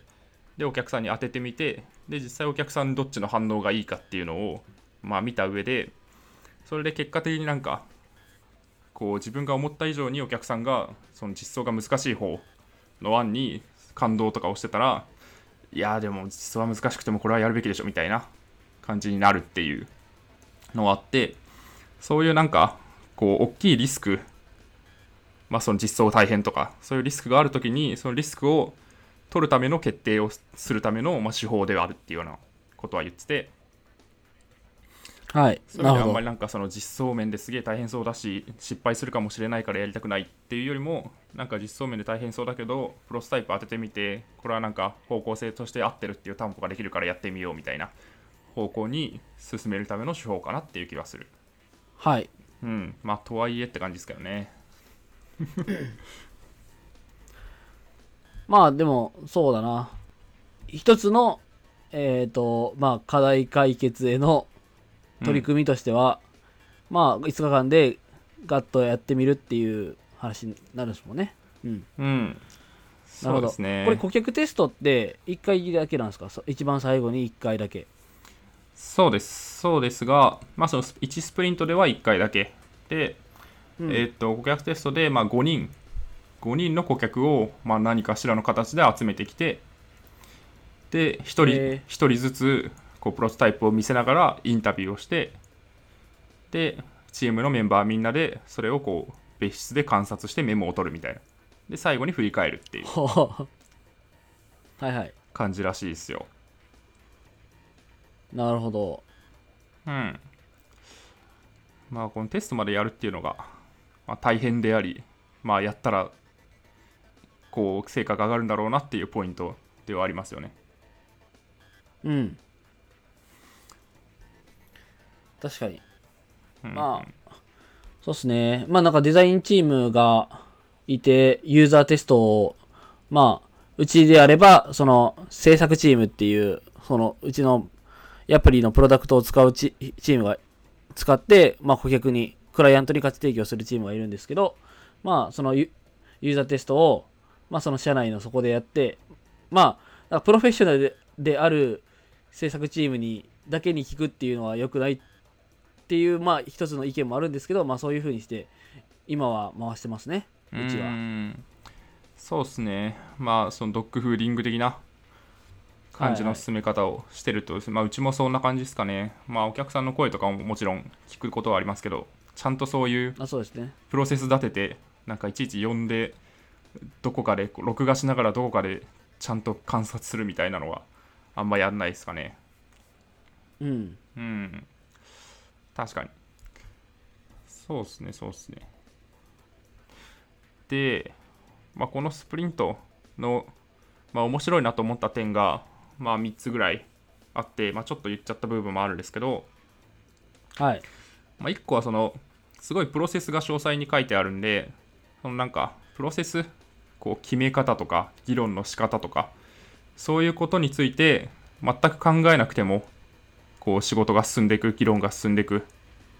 S2: でお客さんに当ててみてで実際お客さんどっちの反応がいいかっていうのを、まあ、見た上でそれで結果的になんかこう自分が思った以上にお客さんがその実装が難しい方の案に感動とかをしてたらいやーでも実装は難しくてもこれはやるべきでしょみたいな感じになるっていうのがあってそういうなんかこう大きいリスクまあその実装大変とかそういうリスクがある時にそのリスクを取るための決定をするためのまあ手法ではあるっていうようなことは言ってて。
S1: はい
S2: そういう
S1: なる
S2: 意味ではあん
S1: ほ
S2: ま
S1: ど
S2: りなんかその実装面ですげえ大変そうだし失敗するかもしれないからやりたくないっていうよりもなんか実装面で大変そうだけどプロスタイプ当ててみてこれはなんか方向性として合ってるっていう担保ができるからやってみようみたいな方向に進めるための手法かなっていう気がする
S1: はい
S2: うんまあとはいえって感じですけどね
S1: まあでもそうだな一つのえっ、とまあ課題解決への取り組みとしては、まあ5日間でガッとやってみるっていう話になるんですもんね、うん、
S2: うん、うん、
S1: なる
S2: そ
S1: ほ
S2: う
S1: ど
S2: ですね
S1: これ顧客テストって1回だけなんですかそ一番最後に1回だけ
S2: そうですそうですが、まあ、その1スプリントでは1回だけで
S1: うん
S2: えーっと顧客テストで、まあ、5人5人の顧客を、まあ、何かしらの形で集めてきてで1人,、
S1: えー
S2: 人ずつこうプロトタイプを見せながらインタビューをしてでチームのメンバーみんなでそれをこう別室で観察してメモを取るみたいなで最後に振り返るってい
S1: <laughs>
S2: う
S1: ほうはいはい
S2: 感じらしいですよ
S1: なるほど
S2: うんまあこのテストまでやるっていうのが、まあ、大変でありまあやったらこう成果が上がるんだろうなっていうポイントではありますよね
S1: うん確かに
S2: うん
S1: まあそうっすねまあなんかデザインチームがいてユーザーテストをまあうちであればその制作チームっていうそのうちのアプリのプロダクトを使うチチームが使って、まあ、顧客にクライアントに価値提供するチームがいるんですけどまあそのユユーザーテストをまあその社内のそこでやってまあだからプロフェッショナルでである制作チームにだけに聞くっていうのは良くないっていうまあ一つの意見もあるんですけどまあそういうふうにして今は回してますねうちは
S2: んそうですねまあそのドッグフーディング的な感
S1: は
S2: じ
S1: い
S2: の
S1: はい
S2: 進め方をしてると、まあ、うちもそんな感じですかねまあお客さんの声とかももちろん聞くことはありますけどちゃんとそういう
S1: あそうですね
S2: プロセス立ててなんかいちいち呼んでどこかでこう録画しながらどこかでちゃんと観察するみたいなのはあんまやんないですかね
S1: うん
S2: うん確かにそうですねそうですねで、まあ、このスプリントの、まあ、面白いなと思った点が、まあ、3つぐらいあって、まあ、ちょっと言っちゃった部分もあるんですけど、
S1: はい
S2: まあ、1個はそのすごいプロセスが詳細に書いてあるんでそのなんかプロセスこう決め方とか議論の仕方とかそういうことについて全く考えなくてもこう仕事が進んでいく議論が進んでいくっ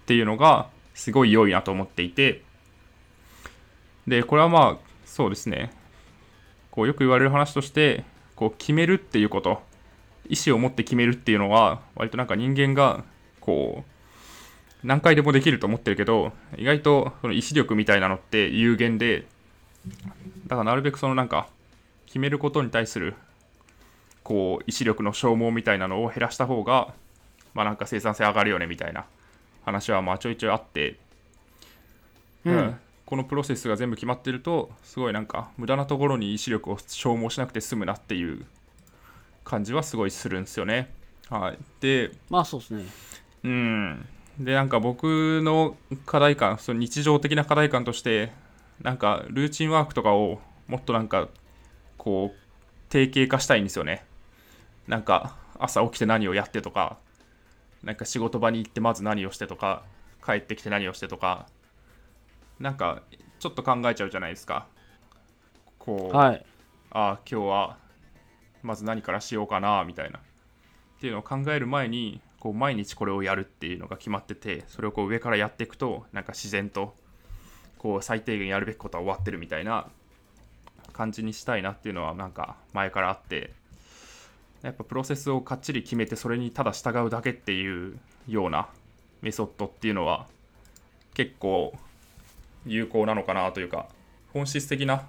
S2: ていうのがすごい良いなと思っていてでこれはまあそうですねこうよく言われる話としてこう決めるっていうこと意思を持って決めるっていうのは割となんか人間がこう何回でもできると思ってるけど意外とその意志力みたいなのって有限でだからなるべくそのなんか決めることに対するこう意志力の消耗みたいなのを減らした方がまあなんか生産性上がるよねみたいな話はまあちょいちょいあって、
S1: うん
S2: このプロセスが全部決まってるとすごいなんか無駄なところに意志力を消耗しなくて済むなっていう感じはすごいするんですよね。はい、で
S1: まあそうですね
S2: うん。で、なんか僕の課題感、その日常的な課題感として、なんかルーチンワークとかをもっとなんか、こう、定型化したいんですよね。なんか、朝起きて何をやってとか、なんか仕事場に行ってまず何をしてとか、帰ってきて何をしてとか、なんか、ちょっと考えちゃうじゃないですか。こう、
S1: はい
S2: ああ今日はまず何からしようかなみたいなっていうのを考える前にこう毎日これをやるっていうのが決まっててそれをこう上からやっていくとなんか自然とこう最低限やるべきことは終わってるみたいな感じにしたいなっていうのはなんか前からあってやっぱプロセスをかっちり決めてそれにただ従うだけっていうようなメソッドっていうのは結構有効なのかなというか本質的な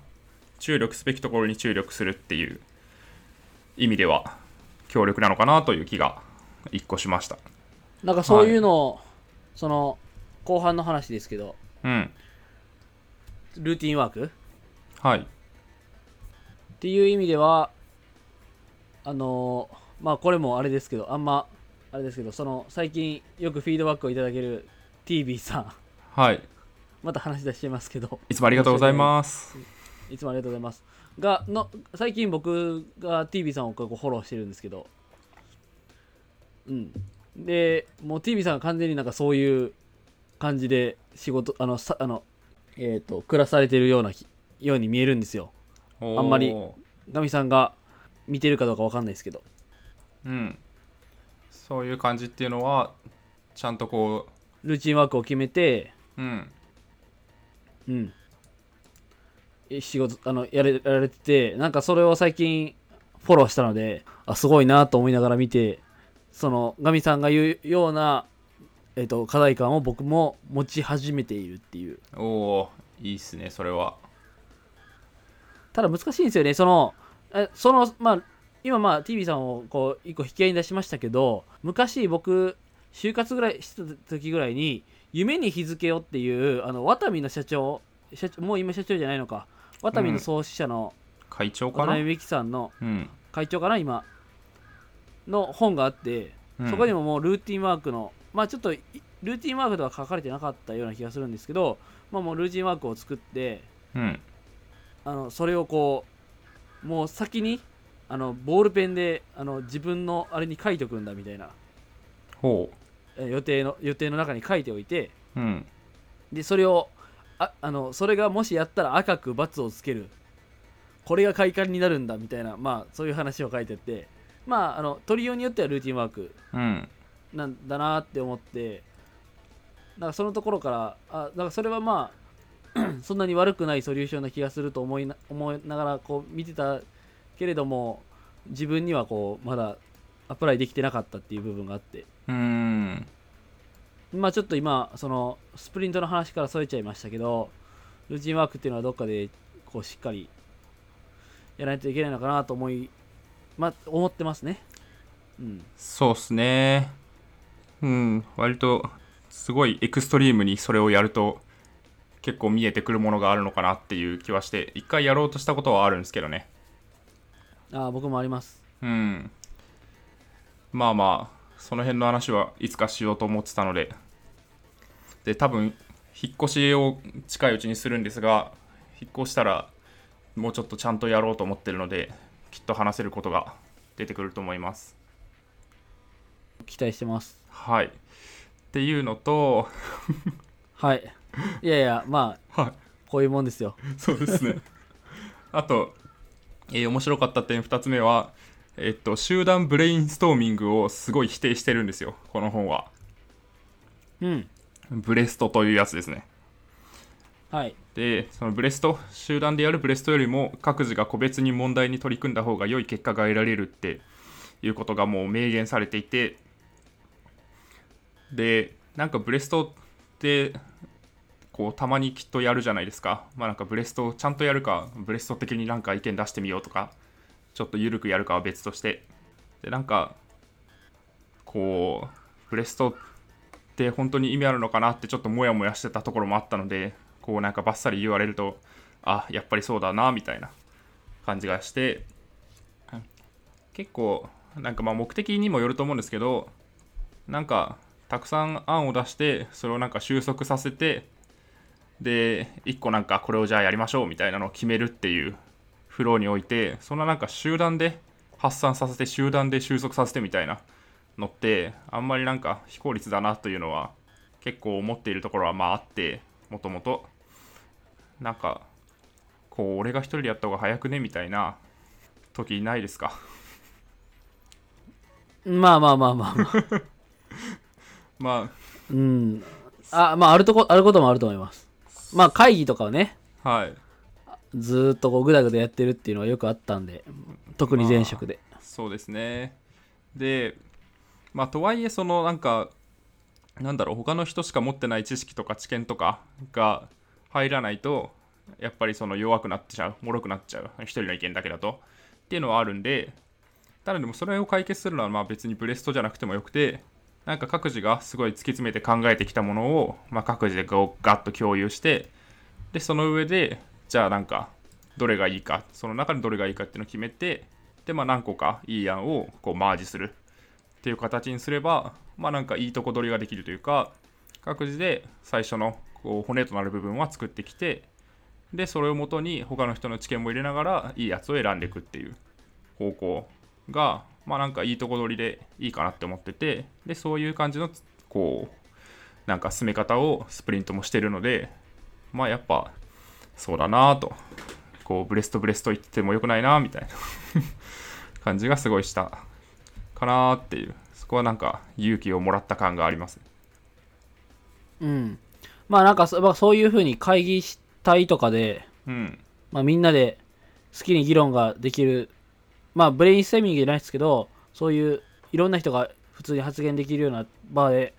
S2: 注力すべきところに注力するっていう意味では強力なのかなという気が一個しました
S1: なんかそういうのを、その後半の話ですけど
S2: うん
S1: ルーティンワーク
S2: はい
S1: っていう意味ではあのーまあこれもあれですけどあんまあれですけどその最近よくフィードバックをいただける TB さん
S2: はい
S1: また話し出してますけど
S2: いつもありがとうございます
S1: いつもありがとうございますがの最近僕が TB さんをこうフォローしてるんですけどうんでもう TB さんが完全になんかそういう感じで仕事あのさあのえっ、と暮らされてるようなひように見えるんですよ
S2: おー
S1: あんまりガミさんが見てるかどうかわかんないですけど
S2: うんそういう感じっていうのはちゃんとこ
S1: ルーチンワークを決めて、
S2: ううん
S1: うん、え仕事あのやれやられててなんかそれを最近フォローしたのであすごいなと思いながら見てそのガミさんが言うような、えっと課題感を僕も持ち始めているっていう
S2: おおいいっすねそれは
S1: ただ難しいんですよねそのえそのまあ今まあ TV さんをこう一個引き合いに出しましたけど昔僕就活ぐらいしてた時ぐらいに「夢に日付を」っていうあのワタミの社長社長もう今社長じゃないのかワタミの創始者の
S2: 会長
S1: 渡
S2: かな
S1: 辺美樹さんの
S2: うん、
S1: 会長かな今の本があって、
S2: うん
S1: そこにももうルーティンワークのまあちょっといルーティンワークとは書かれてなかったような気がするんですけど、まあ、もうルーティンワークを作って
S2: うん
S1: あのそれをこうもう先にあのボールペンであの自分のあれに書いておくんだみたいな
S2: ほ
S1: え予定の予定の中に書いておいて
S2: ううん
S1: でそれをああのそれがもしやったら赤く×をつけるこれが快感になるんだみたいなまあそういう話を書いてってまああの取りようによってはルーティンワーク
S2: うん
S1: なんだなって思ってなんかそのところからあだからそれはまあ <clears throat> そんなに悪くないソリューションな気がすると思いな思いながらこう見てたけれども自分にはこうまだアプライできてなかったっていう部分があって
S2: うーん
S1: まあちょっと今そのスプリントの話からそれちゃいましたけどルーチンワークっていうのはどっかでこうしっかりやらないといけないのかなと思いまあ思ってますねうん
S2: そうっすねうん割とすごいエクストリームにそれをやると結構見えてくるものがあるのかなっていう気はして一回やろうとしたことはあるんですけどね
S1: あー僕もあります
S2: うんまあまあその辺の話はいつかしようと思ってたのでで多分引っ越しを近いうちにするんですが引っ越したらもうちょっとちゃんとやろうと思ってるのできっと話せることが出てくると思います
S1: 期待してます
S2: はいっていうのと
S1: はい。いやいや、まあ、
S2: <laughs> はい
S1: こういうもんですよ。
S2: <laughs> そうですね。あと、えー面白かった点2つ目は、えっと、集団ブレインストーミングをすごい否定してるんですよ、この本は。
S1: うん。
S2: ブレストというやつですね。
S1: はい。
S2: で、そのブレスト、集団でやるブレストよりも、各自が個別に問題に取り組んだ方が良い結果が得られるっていうことがもう明言されていて、で、なんかブレストって、こうたまにきっとやるじゃないですか。まあなんかブレストをちゃんとやるか、ブレスト的になんか意見出してみようとか、ちょっと緩くやるかは別として。で、なんか、こう、ブレストって本当に意味あるのかなってちょっとモヤモヤしてたところもあったので、こうなんかバッサリ言われると、あ、やっぱりそうだな、みたいな感じがして、結構、なんかまあ目的にもよると思うんですけど、なんかたくさん案を出してそれをなんか収束させてで1個なんかこれをじゃあやりましょうみたいなのを決めるっていうフローにおいてそんななんか集団で発散させて集団で収束させてみたいなのってあんまりなんか非効率だなというのは結構思っているところはまああってもともとなんかこう俺が一人でやった方が早くねみたいな時ないですか <laughs>
S1: まあまあまあまあ、
S2: <laughs>
S1: まあ。
S2: ま
S1: うん。あ、まあ、あるとこ、あることもあると思います。まあ、会議とかをね、
S2: あはい
S1: ずーっとこう、ぐだぐだやってるっていうのはよくあったんで、特に前職で。
S2: そうですね。で、まあ、とはいえ、そのなんか、なんだろう、他の人しか持ってない知識とか知見とかが入らないと、やっぱりその弱くなっちゃう、脆くなっちゃう、一人の意見だけだと。っていうのはあるんで、ただでもそれを解決するのはまあ別にブレストじゃなくてもよくて、なんか各自がすごい突き詰めて考えてきたものを、まあ、各自でこうガッと共有して、で、その上で、じゃあなんか、どれがいいか、その中でどれがいいかっていうのを決めて、で、まあ、何個かいい案をこうマージするっていう形にすれば、まあ、なんかいいとこ取りができるというか各自で最初のこう骨となる部分は作ってきてでそれをもとに他の人の知見も入れながらいいやつを選んでいくっていう方向がまあなんかいいとこ取りでいいかなって思っててでそういう感じのこうなんか進め方をスプリントもしてるのでまあやっぱそうだなぁとこうブレストブレスト言ってもよくないなぁみたいな <laughs> 感じがすごいしたかなーっていうそこはなんか勇気をもらった感があります
S1: うん。まあ、なんかそ、まあ、そういうふうに会議体とかで、
S2: うん
S1: まあ、みんなで好きに議論ができる、まあ、ブレインステーミングじゃないですけど、そういういろんな人が普通に発言できるような場で、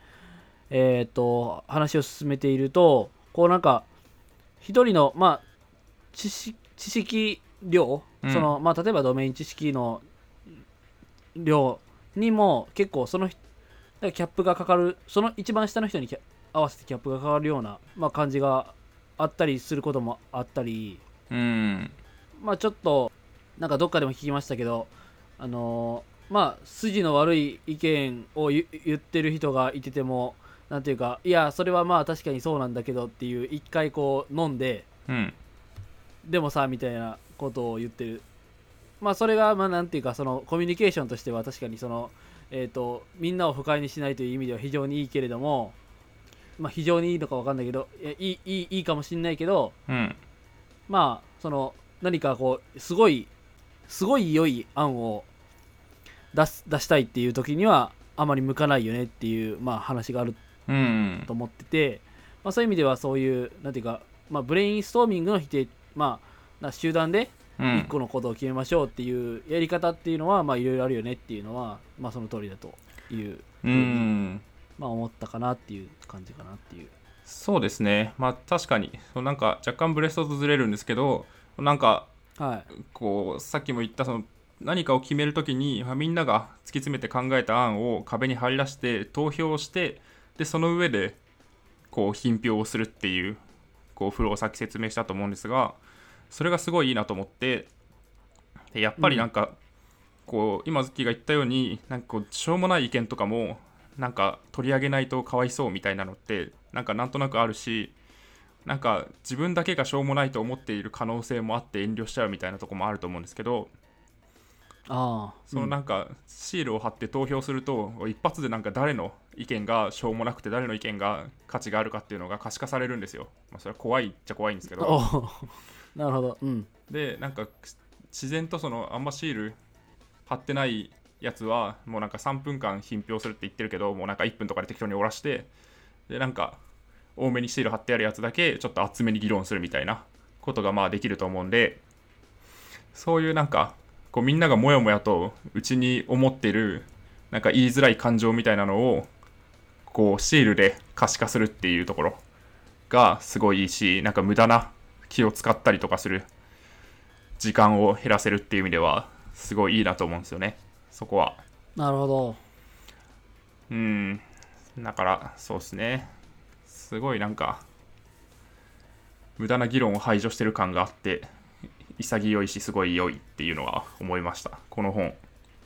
S1: えーっと、話を進めていると、こうなんか、一人の、まあ、知識知識量、
S2: うん
S1: その、まあ、例えばドメイン知識の量にも結構その人、だからキャップがかかる、その一番下の人にキャ合わせてキャップがかかるような、まあ、感じがあったりすることもあったり、
S2: うん
S1: まあちょっとなんかどっかでも聞きましたけどあのーまあ筋の悪い意見を言言ってる人がいててもなんていうかいやそれはまあ確かにそうなんだけどっていう一回こう飲んで
S2: うん
S1: でもさみたいなことを言ってるまあそれがまあなんていうかそのコミュニケーションとしては確かにそのえっ、とみんなを不快にしないという意味では非常にいいけれどもまあ非常にいいのかわかんないけどいやいいいいいいかもしんないけど
S2: うん
S1: まあその何かこうすごいすごい良い案を出す出したいっていう時にはあまり向かないよねっていう、まあ、話がある
S2: うん
S1: と思ってて、まあ、そういう意味ではそういうなんていうか、まあ、ブレインストーミングの否定、まあ、な集団で
S2: うん
S1: 1個のことを決めましょうっていうやり方っていうのはまあいろいろあるよねっていうのは、まあ、その通りだという、
S2: うん
S1: まあ、思ったかなっていう感じかなっていう。
S2: そうですねまあ確かにそうなんか若干ブレストとずれるんですけどなんか
S1: はい、
S2: こうさっきも言ったその何かを決めるときに、まあみんなが突き詰めて考えた案を壁に張り出して投票してでその上でこう品評をするっていうこうフローをさっき説明したと思うんですがそれがすごいいいなと思ってでやっぱりなんか、こう今月が言ったようになんかこうしょうもない意見とかもなんか取り上げないとかわいそうみたいなのってなんかなんとなくあるしなんか自分だけがしょうもないと思っている可能性もあって遠慮しちゃうみたいなとこもあると思うんですけど
S1: ああ
S2: その
S1: うん
S2: なんかシールを貼って投票すると一発でなんか誰の意見がしょうもなくて誰の意見が価値があるかっていうのが可視化されるんですよ。まあ、それは怖いっちゃ怖いんで
S1: <laughs>
S2: すけど
S1: <laughs> おうなるほど、うん、
S2: でなんか自然とそのあんまシール貼ってないやつはもうなんか3分間品評するって言ってるけどもうなんか1分とかで適当に折らしてでなんか多めにシール貼ってあるやつだけちょっと厚めに議論するみたいなことがまあできると思うんでそういうなんかこうみんながモヤモヤとうちに思ってるなんか言いづらい感情みたいなのをこうシールで可視化するっていうところがすごいいいしなんか無駄な気を使ったりとかする時間を減らせるっていう意味ではすごいいいなと思うんですよねそこは
S1: なるほど。
S2: うんだからそうですねすごいなんか無駄な議論を排除してる感があって潔いしすごい良いっていうのは思いましたこの本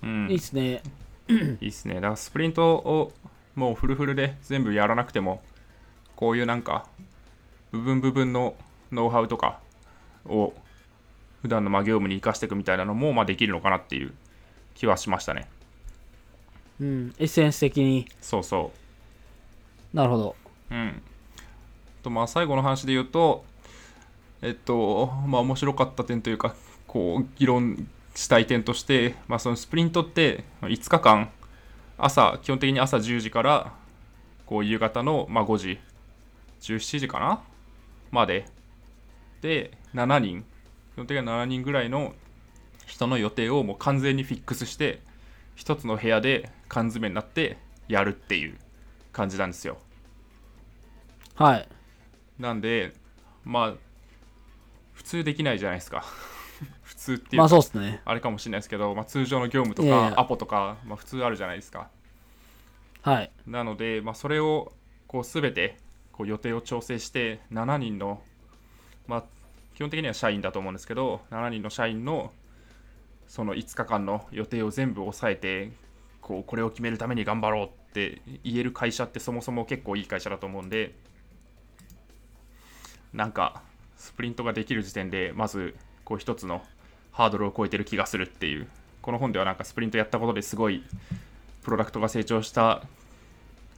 S2: うん
S1: いいっすね。
S2: いいっすね。だからスプリントをもうフルフルで全部やらなくても、こういうなんか、部分部分のノウハウとかを普段のまあ業務に生かしていくみたいなのもまあできるのかなっていう気はしましたね。
S1: うん、エッセンス的に。
S2: そうそ
S1: なるほど。
S2: う。うん。とまあ最後の話で言うと、えっと、まあ面白かった点というか、こう議論したい点として、まあそのスプリントって5日間、朝、基本的に朝10時からこう夕方の、まあ、5時17時かなまでで7人基本的には7人ぐらいの人の予定をもう完全にフィックスして一つの部屋で缶詰になってやるっていう感じなんですよ
S1: はい。
S2: なんでまあ普通できないじゃないですか <laughs> 普通っていう
S1: まあ
S2: か
S1: そうっすね。
S2: あれかもしれないですけど、まあ、通常の業務と
S1: いやい
S2: か
S1: や
S2: アポとか、まあ、普通あるじゃないですか
S1: はい。
S2: なので、まあ、それをこう全てこう予定を調整して7人の、まあ、基本的には社員だと思うんですけど7人の社員のその5日間の予定を全部抑えてこうこれを決めるために頑張ろうって言える会社ってそもそも結構いい会社だと思うんでなんかスプリントができる時点でまずこう一つのハードルを超えてる気がするっていうこの本ではなんかスプリントやったことですごいプロダクトが成長した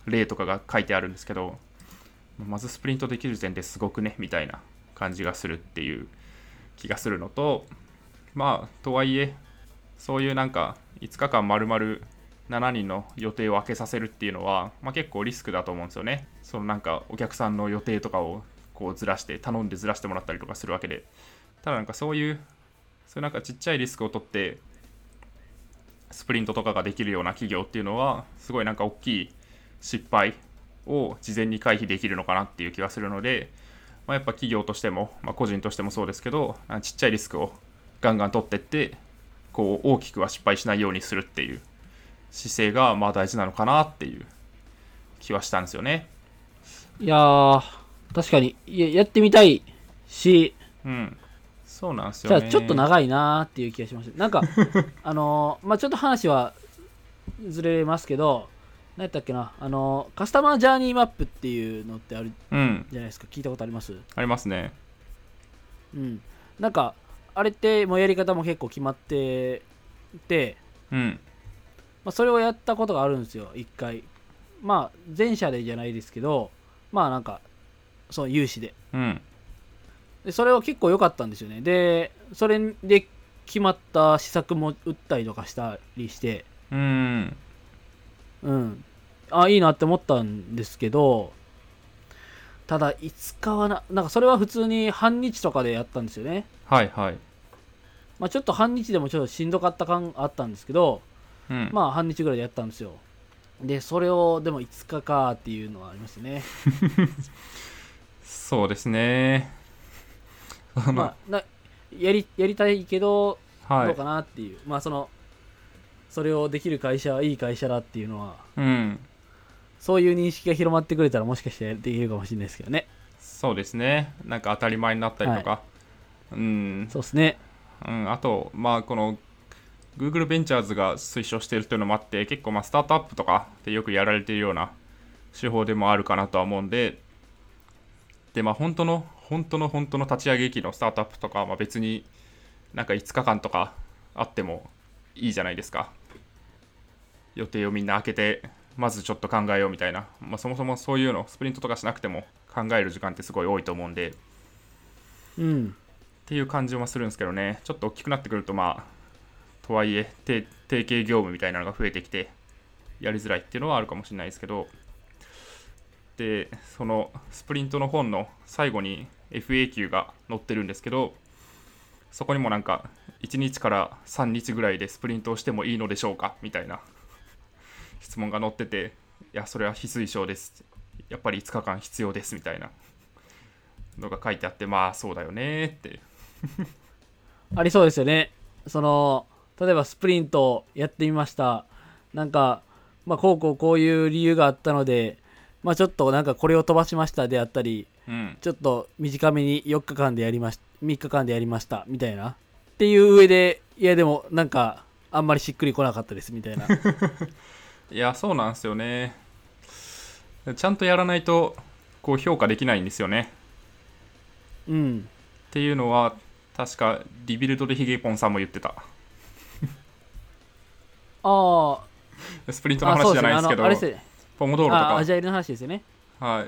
S2: 例とかが書いてあるんですけどまずスプリントできる時点ですごくねみたいな感じがするっていう気がするのとまあとはいえそういうなんか5日間丸々7人の予定を空けさせるっていうのは、まあ、結構リスクだと思うんですよねそのなんかお客さんの予定とかをこうずらして頼んでずらしてもらったりとかするわけでただなんかそういうそういうなんかちっちゃいリスクを取ってスプリントとかができるような企業っていうのはすごいなんか大きい失敗を事前に回避できるのかなっていう気がするので、まあ、やっぱ企業としても、まあ、個人としてもそうですけどあちっちゃいリスクをガンガン取ってってこう大きくは失敗しないようにするっていう姿勢がまあ大事なのかなっていう気はしたんですよね。
S1: いやー、確かに、いややってみたいし、
S2: うん、そうなんで
S1: じ
S2: す
S1: ゃ
S2: よ
S1: あ
S2: ね。
S1: ちょっと長いなーっていう気がしました
S2: <laughs>
S1: なんかあのーまあちょっと話はずれますけど何やったっけなあのーカスタマージャーニーマップっていうのってある
S2: うん、
S1: じゃないですか聞いたことあります
S2: ありますね。
S1: うんなんかあれってもうやり方も結構決まってて、
S2: うん、
S1: まあ、それをやったことがあるんですよ一回まあ前者でじゃないですけどまあなんかそう有志で
S2: うん、
S1: でそれは結構良かったんですよねでそれで決まった施策も打ったりとかしたりして
S2: うん、
S1: うんあいいなって思ったんですけどただいつかはななんかそれは普通に半日とかでやったんですよね
S2: はいはい。
S1: まあちょっと半日でもちょっとしんどかった感あったんですけど
S2: うん、
S1: まあ半日ぐらいでやったんですよでそれをでも5日かっていうのはありますね
S2: そうですね。
S1: まあなやりやりたいけど
S2: は
S1: どう
S2: い
S1: か。なっていう、まあそのそれをできる会社はいい会社だっていうのは
S2: うん、
S1: そういう認識が広まってくれたらもしかしてできるかもしれないですけどね
S2: そうですね。なんか当たり前になったりとか。うん、
S1: そうですね
S2: うん、あと、まあ、この Google ベンチャーズが推奨しているというのもあって、結構、まあ、スタートアップとかでよくやられているような手法でもあるかなとは思うんで、で、まあ、本当の、本当の本当の立ち上げ期のスタートアップとかは、まあ、別になんか5日間とかあってもいいじゃないですか。予定をみんな開けて、まずちょっと考えようみたいな、まあ、そもそもそういうの、スプリントとかしなくても考える時間ってすごい多いと思うんで、
S1: うん
S2: っていう感じはするんですけどね、ちょっと大きくなってくると、まあ、とはいえ、て提携業務みたいなのが増えてきて、やりづらいっていうのはあるかもしれないですけど、で、そのスプリントの本の最後に FAQ が載ってるんですけど、そこにもなんか、1日から3日ぐらいでスプリントをしてもいいのでしょうかみたいな質問が載ってて、いや、それは非推奨です。やっぱり5日間必要ですみたいなのが書いてあって、まあ、そうだよねって。
S1: ありそうですよねその例えばスプリントをやってみましたなんか、まあ、こうこうこういう理由があったのでまあちょっとなんかこれを飛ばしましたであったり
S2: うん、
S1: ちょっと短めに4日間でやりまし3日間でやりましたみたいなっていう上でいやでもなんかあんまりしっくりこなかったですみたい <laughs> な
S2: いや、そうなんですよね。ちゃんとやらないと、こう、評価できないんですよね。
S1: うん
S2: っていうのは、確か、リビルドでヒゲポンさんも言ってた。
S1: あ
S2: スプリント
S1: あ
S2: の
S1: あそ
S2: 話
S1: う
S2: じ
S1: ですね
S2: ゃない
S1: あ
S2: ですけ
S1: の
S2: ど、
S1: あれですね
S2: ポモドーロとか、
S1: あ
S2: は
S1: ア
S2: い
S1: ジャイルの話ですよね。あ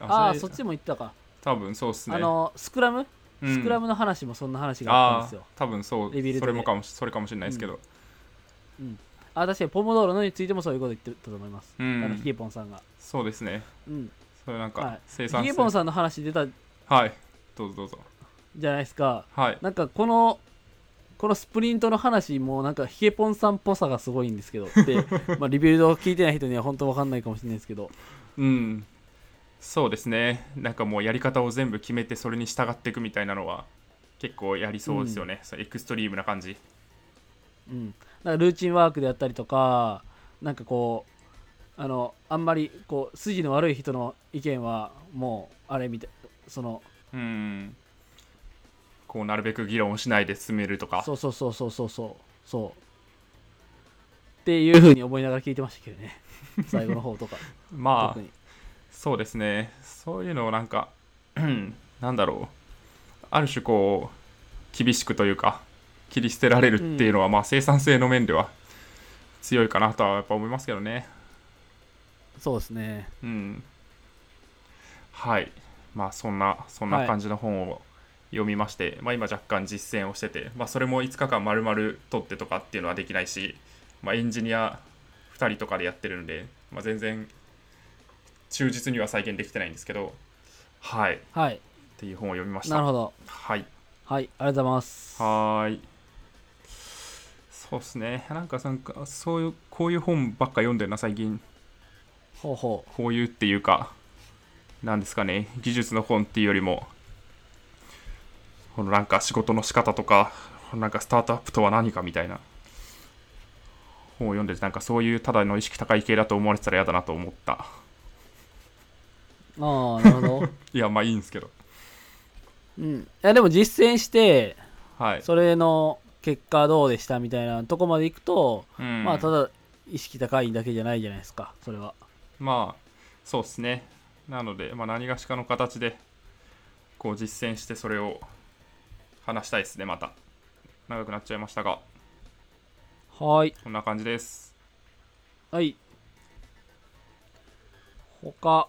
S2: あ
S1: あ
S2: れ
S1: そっちも行ったか、
S2: 多分そうっすね。
S1: あのスクラム、
S2: うん
S1: スクラムの話もそんな話があった
S2: あ
S1: んですよ
S2: ー多分そう、
S1: リビルド
S2: そ
S1: で
S2: れもかもし、それかもしれないですけど。
S1: あ確かにポモドーロのについてもそういうこと言ってたと思います、
S2: うん
S1: あのヒゲポンさんが、
S2: そうですね。
S1: うん、
S2: それな
S1: は
S2: んか
S1: い、
S2: 生
S1: ヒ
S2: 産
S1: ゲ
S2: 性。
S1: ポンさんの話出た
S2: はい。どうぞどうぞ。
S1: じゃないですか
S2: はい。
S1: なんかこのこのスプリントの話もなんかヒゲポンさんっぽさがすごいんですけどでまあリビルドを聞いてない人には本当わかんないかもしれないですけど
S2: うん、そうですね、なんかもうやり方を全部決めて、それに従っていくみたいなのは、結構やりそうですよね、そのエクストリームな感じ。
S1: うん、なんかルーチンワークであったりとかなんかこうあのあんまりこう筋の悪い人の意見はもうあれみたいその
S2: うん、こうなるべく議論をしないで進めるとか、
S1: そうそうそうそうそうそうそうっていうふうに思いながら聞いてましたけどね最後の方とか
S2: ま
S1: 特
S2: あ、
S1: に
S2: そうですね、そういうのをなんか、 <clears throat> うんなんだろう、ある種こう、厳しくというか、切り捨てられるっていうのは、まあ、生産性の面では強いかなとはやっぱ思いますけどね。
S1: そうですね
S2: うん、はいまあそんなそんな感じの本を読みまして、まあ、今若干実践をしてて、まあ、それも5日間丸々取ってとかっていうのはできないし、まあ、エンジニア2人とかでやってるんで、まあ、全然忠実には再現できてないんですけどはいっ
S1: はい
S2: ていう本を読みました
S1: なるほど
S2: はい
S1: はいありがとうございます
S2: はーいそうっすねなんかなんかそういうこういう本ばっか読んでるな最近
S1: ほうほ
S2: こういうっていうか、なんですかね、技術の本っていうよりも、このなんか仕事の仕方とか、なんかスタートアップとは何かみたいな本を読んでて、なんかそういうただの意識高い系だと思われてたら嫌だなと思った。
S1: うああなるほど
S2: <laughs> いや、まあいいんですけど。
S1: うん、いやでも実践して
S2: はい。
S1: それの結果どうでしたみたいなとこまでいくと、
S2: うん、
S1: まあただ意識高いだけじゃないじゃないですかそれは
S2: まあそうですねなので、まあ、何がしかの形でこう実践してそれを話したいですねまた長くなっちゃいましたが
S1: はい
S2: こんな感じです
S1: はい他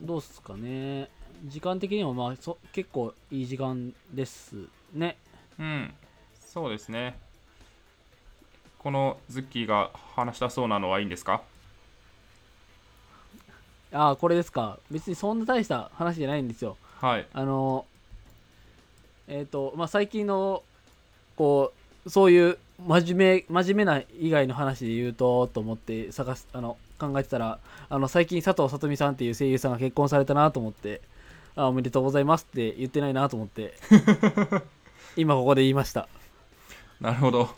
S1: どうっすかね時間的にもまあそ結構いい時間ですね
S2: うんそうですねこのズッキーが話したそうなのはいいんですか
S1: ああこれですか別にそんな大した話じゃないんですよ
S2: はい
S1: あのえっ、とまあ最近のこうそういう真面目真面目な以外の話で言うとと思って探すあの考えてたらあの最近佐藤さとみさんっていう声優さんが結婚されたなと思ってあおめでとうございますって言ってないなと思って
S2: <laughs>
S1: 今ここで言いました
S2: なるほど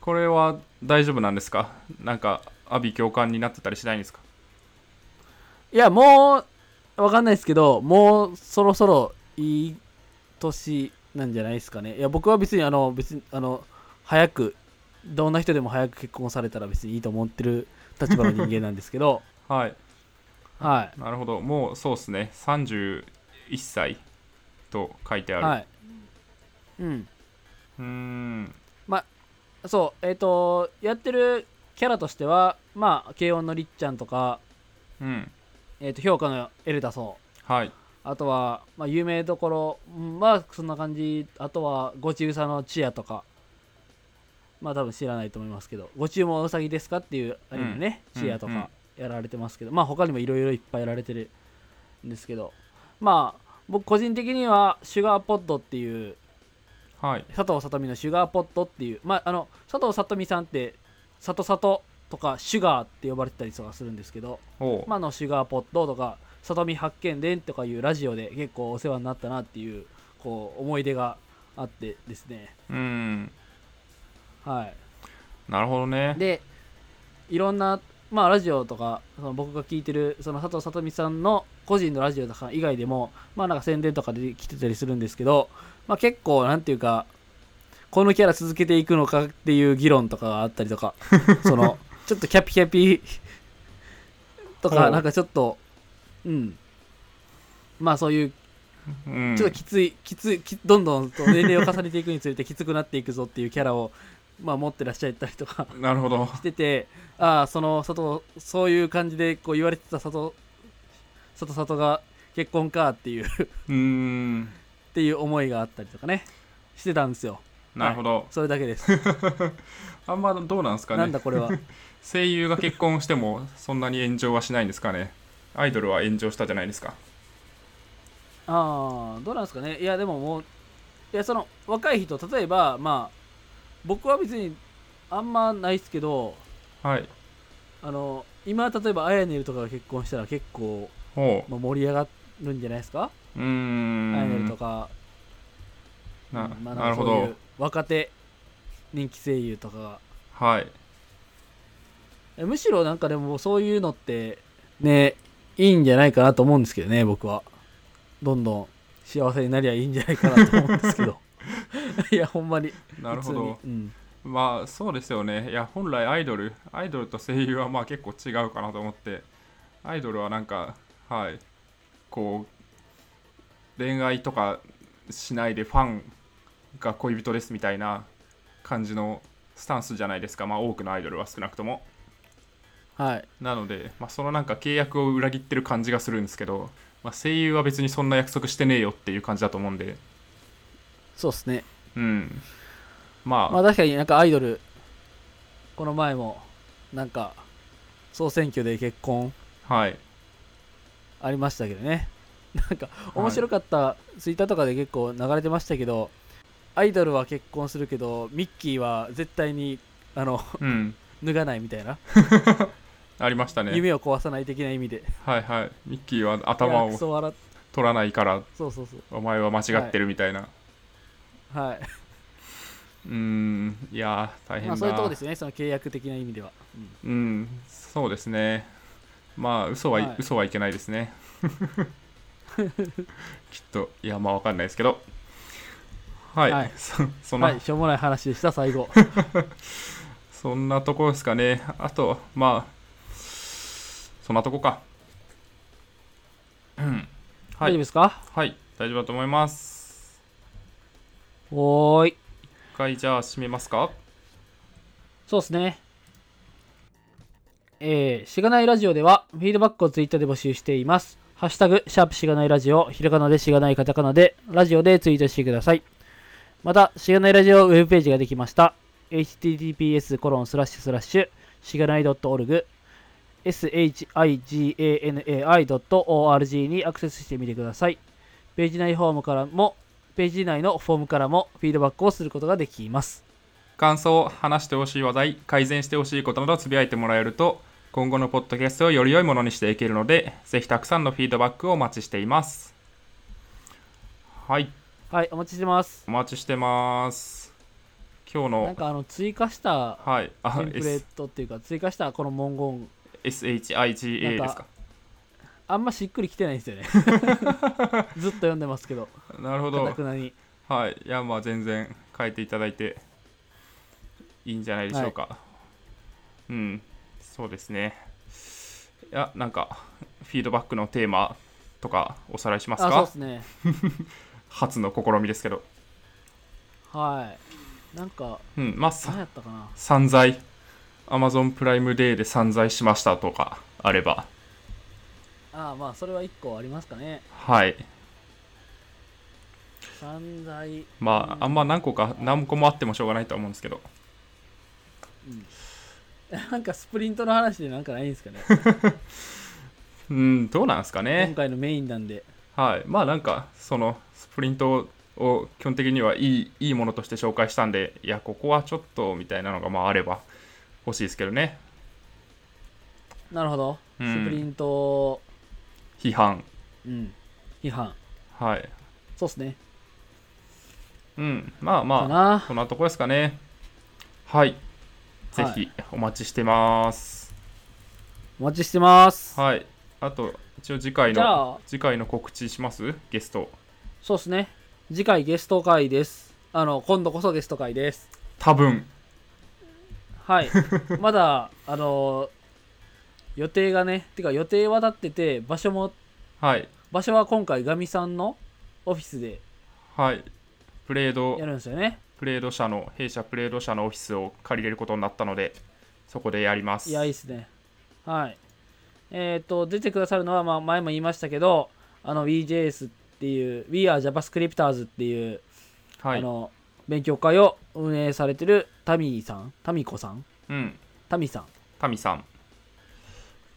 S2: これは大丈夫なんですかなんか阿鼻共感になってたりしないんですか
S1: いやもうわかんないですけどもうそろそろいい年なんじゃないですかねいや僕は別にあの別にあの早くどんな人でも早く結婚されたら別にいいと思ってる立場の人間なんですけど
S2: はい
S1: は
S2: なるほどもうそうですね31歳と書いて
S1: い
S2: ある、
S1: はいうん
S2: うーん
S1: そうえっ、とやってるキャラとしてはまあ軽音のりっちゃんとか、
S2: うん
S1: えー、と評価のエルダソン
S2: はい
S1: あとは、まあ、有名どころうんまあそんな感じあとはごちうさのチアとかまあ多分知らないと思いますけどご注文はうさぎですかっていうアニメね、
S2: うん
S1: チアと
S2: うんうん
S1: かやられてますけど、まあ他にもいろいろいっぱいやられてるんですけどまあ僕個人的にはシュガーポッドっていう
S2: はい
S1: 佐藤さとみのシュガーポッドっていうまああの佐藤さとみさんってさとさととかシュガーって呼ばれてたりとかするんですけど
S2: おう、
S1: まああのシュガーポッドとか「里見八犬伝」とかいうラジオで結構お世話になったなっていうこう思い出があってですね
S2: うーん
S1: は
S2: なるほどね
S1: いでいろんなまあラジオとかその僕が聞いてるその佐藤里見さんの個人のラジオとか以外でもまあなんか宣伝とかで来てたりするんですけどまあ結構なんていうかこのキャラ続けていくのかっていう議論とかがあったりと
S2: <laughs>
S1: かそのちょっとキャピキャピ <laughs> と
S2: ほ
S1: か
S2: う
S1: なんかちょっとうんまあそういう
S2: うん
S1: ちょっときつい、きつい、きどんどんと年齢を重ねていくにつれてきつくなっていくぞっていうキャラを、まあ、持ってらっしゃったりとか
S2: なるほど
S1: してて、ああ、その佐藤、そういう感じでこう言われてた佐藤、佐藤里が結婚かっていう <laughs> 、っ
S2: うーん
S1: ていう思いがあったりとかね、してたんですよ。
S2: なるほど、
S1: それだけです。
S2: あんまどうなんですか
S1: なん
S2: ね
S1: だこれは。
S2: 声優が結婚してもそんなに炎上はしないんですかねアイドルは炎上したじゃないですか
S1: ああ、どうなんですかね。いや、でももう、いや、その、若い人、例えば、まあ、僕は別にあんまないですけど、
S2: はい
S1: あの今例えばアヤネルとかが結婚したら結構、
S2: おう
S1: まあ、盛り上がるんじゃないですか、
S2: うーん
S1: アヤネルとか,うん、
S2: な
S1: まあ
S2: なるほ
S1: そうい
S2: ど
S1: う若手人気声優とかが
S2: はい
S1: えむしろなんかでもそういうのってねいいんじゃないかなと思うんですけどね僕はどんどん幸せになりゃいいんじゃないかなと思うんですけど
S2: <laughs>
S1: いやほんまに
S2: なるほど
S1: 普通にうん
S2: まあそうですよねいや本来アイドルアイドルと声優はまあ結構違うかなと思ってアイドルはなんかはいこう恋愛とかしないでファンが恋人ですみたいな感じのスタンスじゃないですかまあ多くのアイドルは少なくとも
S1: はい
S2: なので、まあ、そのなんか契約を裏切ってる感じがするんですけど、まあ、声優は別にそんな約束してねえよっていう感じだと思うんで
S1: そうですね
S2: うんまあ、
S1: まあ確かになんかアイドルこの前もなんか総選挙で結婚
S2: はい
S1: ありましたけどねなんか面白かった、ツイッターとかで結構流れてましたけどアイドルは結婚するけどミッキーは絶対にあの <laughs>
S2: うん
S1: 脱がないみたいな、
S2: ありましたね
S1: 夢を壊さない的な意味で
S2: はいはいミッキーはい頭
S1: やク
S2: を
S1: ソ笑っ
S2: 取らないから
S1: そうそうそう
S2: お前は間違ってるみたいな、
S1: は
S2: うーんいやー大
S1: い、
S2: 変
S1: ま
S2: だ
S1: あ、そういうとこですねその契約的な意味では、
S2: うんそうですねまあ嘘はい、
S1: はい <laughs>
S2: 嘘はいけないですねきっといやまあわかんないですけどはい、
S1: はい
S2: そそんな、
S1: はい、しょうもない話でした、
S2: <laughs>
S1: 最後。
S2: そんなとこですかねあとまあそんなとこかうんは
S1: 大丈夫
S2: い、
S1: ですか
S2: はい、大丈夫だと思います
S1: おーい。
S2: 一回じゃあ締めますか
S1: そうですね。えー、しがないラジオでは、フィードバックをツイッターで募集しています。ハッシュタグ、シャープしがないラジオ、ひらがなでしがないカタカナで、ラジオでツイートしてください。また、しがないラジオウェブページができました。https コロンスラッシュスラッシュ、しがない .org、shiganai.org にアクセスしてみてください。ページ内フォームからも、ページ内のフォームからもフィードバックをすることができます。
S2: 感想話してほしい話題改善してほしいことなどつぶやいてもらえると今後のポッドキャストをより良いものにしていけるのでぜひたくさんのフィードバックをお待ちしていますはい
S1: はい、お待ちしてます。
S2: お待ちしてます今日
S1: なん
S2: の
S1: かあの追加した
S2: はいあ
S1: テンプレー
S2: S-
S1: トっていうか追加したこの文言な
S2: SHIGA
S1: んか
S2: ですか
S1: あんましっくりきてないんですよ
S2: <laughs>
S1: ねずっと読んでますけど
S2: なるほ
S1: かた
S2: ど
S1: くなに
S2: はいいやまあ全然変えていただいていいんじゃないでしょうか、うんそうですねいやなんかフィードバックのテーマとかおさらいします
S1: あそう
S2: か
S1: ですね
S2: 初の試みですけど
S1: はいなんか
S2: うんまあ
S1: 何
S2: さ
S1: やったかな
S2: 散財 Amazon プライムデーで散財しましたとかあれば
S1: あまあそれは1個ありますかね
S2: はい
S1: 散財 <laughs>
S2: まああんま何個か何個もあってもしょうがないとは思うんですけど
S1: なんかスプリントの話でなんかないんですかね
S2: うんどうなんですか
S1: 今
S2: ね
S1: 回のメインなんで
S2: はいまあなんかそのスプリントを基本的にはいいいいものとして紹介したんでいやここはちょっとみたいなのがまああれば欲しいですけどね
S1: なるほど、
S2: うん
S1: スプリント、
S2: 批判
S1: うん、批判
S2: はい
S1: そうっすね
S2: うんまあ
S1: か
S2: まあ
S1: な
S2: そんなとこですかねはいぜひお待ちしてます、
S1: お待ちしてます
S2: はい。あと、一応次回
S1: じ
S2: の、
S1: ゃあ
S2: 次回の告知しますゲスト。
S1: そうですね。次回ゲスト会です。あの、今度こそゲスト会です。
S2: 多分。
S1: はい。
S2: <laughs>
S1: まだ、あの予定がね、てか予定は立ってて、場所も、
S2: はい。
S1: 場所は今回、ガミさんのオフィスで
S2: はい。プレード
S1: や、るんですよね。
S2: プレード社の、弊社プレード社のオフィスを借りれることになったので、そこでやります。
S1: いや、いいっすね。はい。えっ、と、出てくださるのは、まあ、前も言いましたけど、あの、WeJS っていう、We are JavaScripters っていう、
S2: は
S1: あ
S2: い。
S1: の、勉強会を運営されてるタミーさん、タミコさん、
S2: うん。
S1: タミさん。
S2: タミさん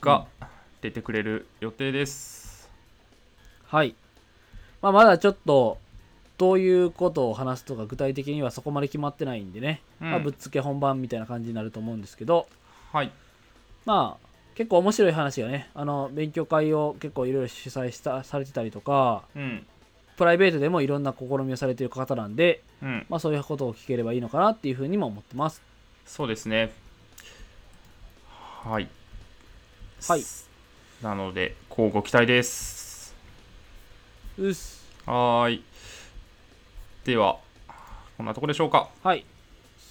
S2: が出てくれる予定です。
S1: はい。まあ、まだちょっと、どういうことを話すとか、具体的にはそこまで決まってないんでね、
S2: うん
S1: まあ、ぶっつけ本番みたいな感じになると思うんですけど、
S2: はい。
S1: まあ、結構面白い話がね、あの、勉強会を結構いろいろ主催したされてたりとか、
S2: うん。
S1: プライベートでもいろんな試みをされている方なんで、
S2: うん。
S1: まあ、そういうことを聞ければいいのかなっていうふうにも思ってます。
S2: そうですね。はい。
S1: はい。
S2: なので、交互期待です。
S1: うっす。
S2: はーい。では、こんなとこでしょうか。
S1: はい。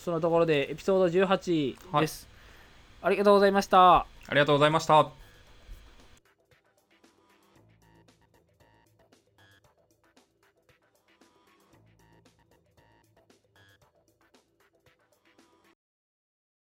S1: そのところで、エピソード18です。ありがとうございました。
S2: ありがとうございました。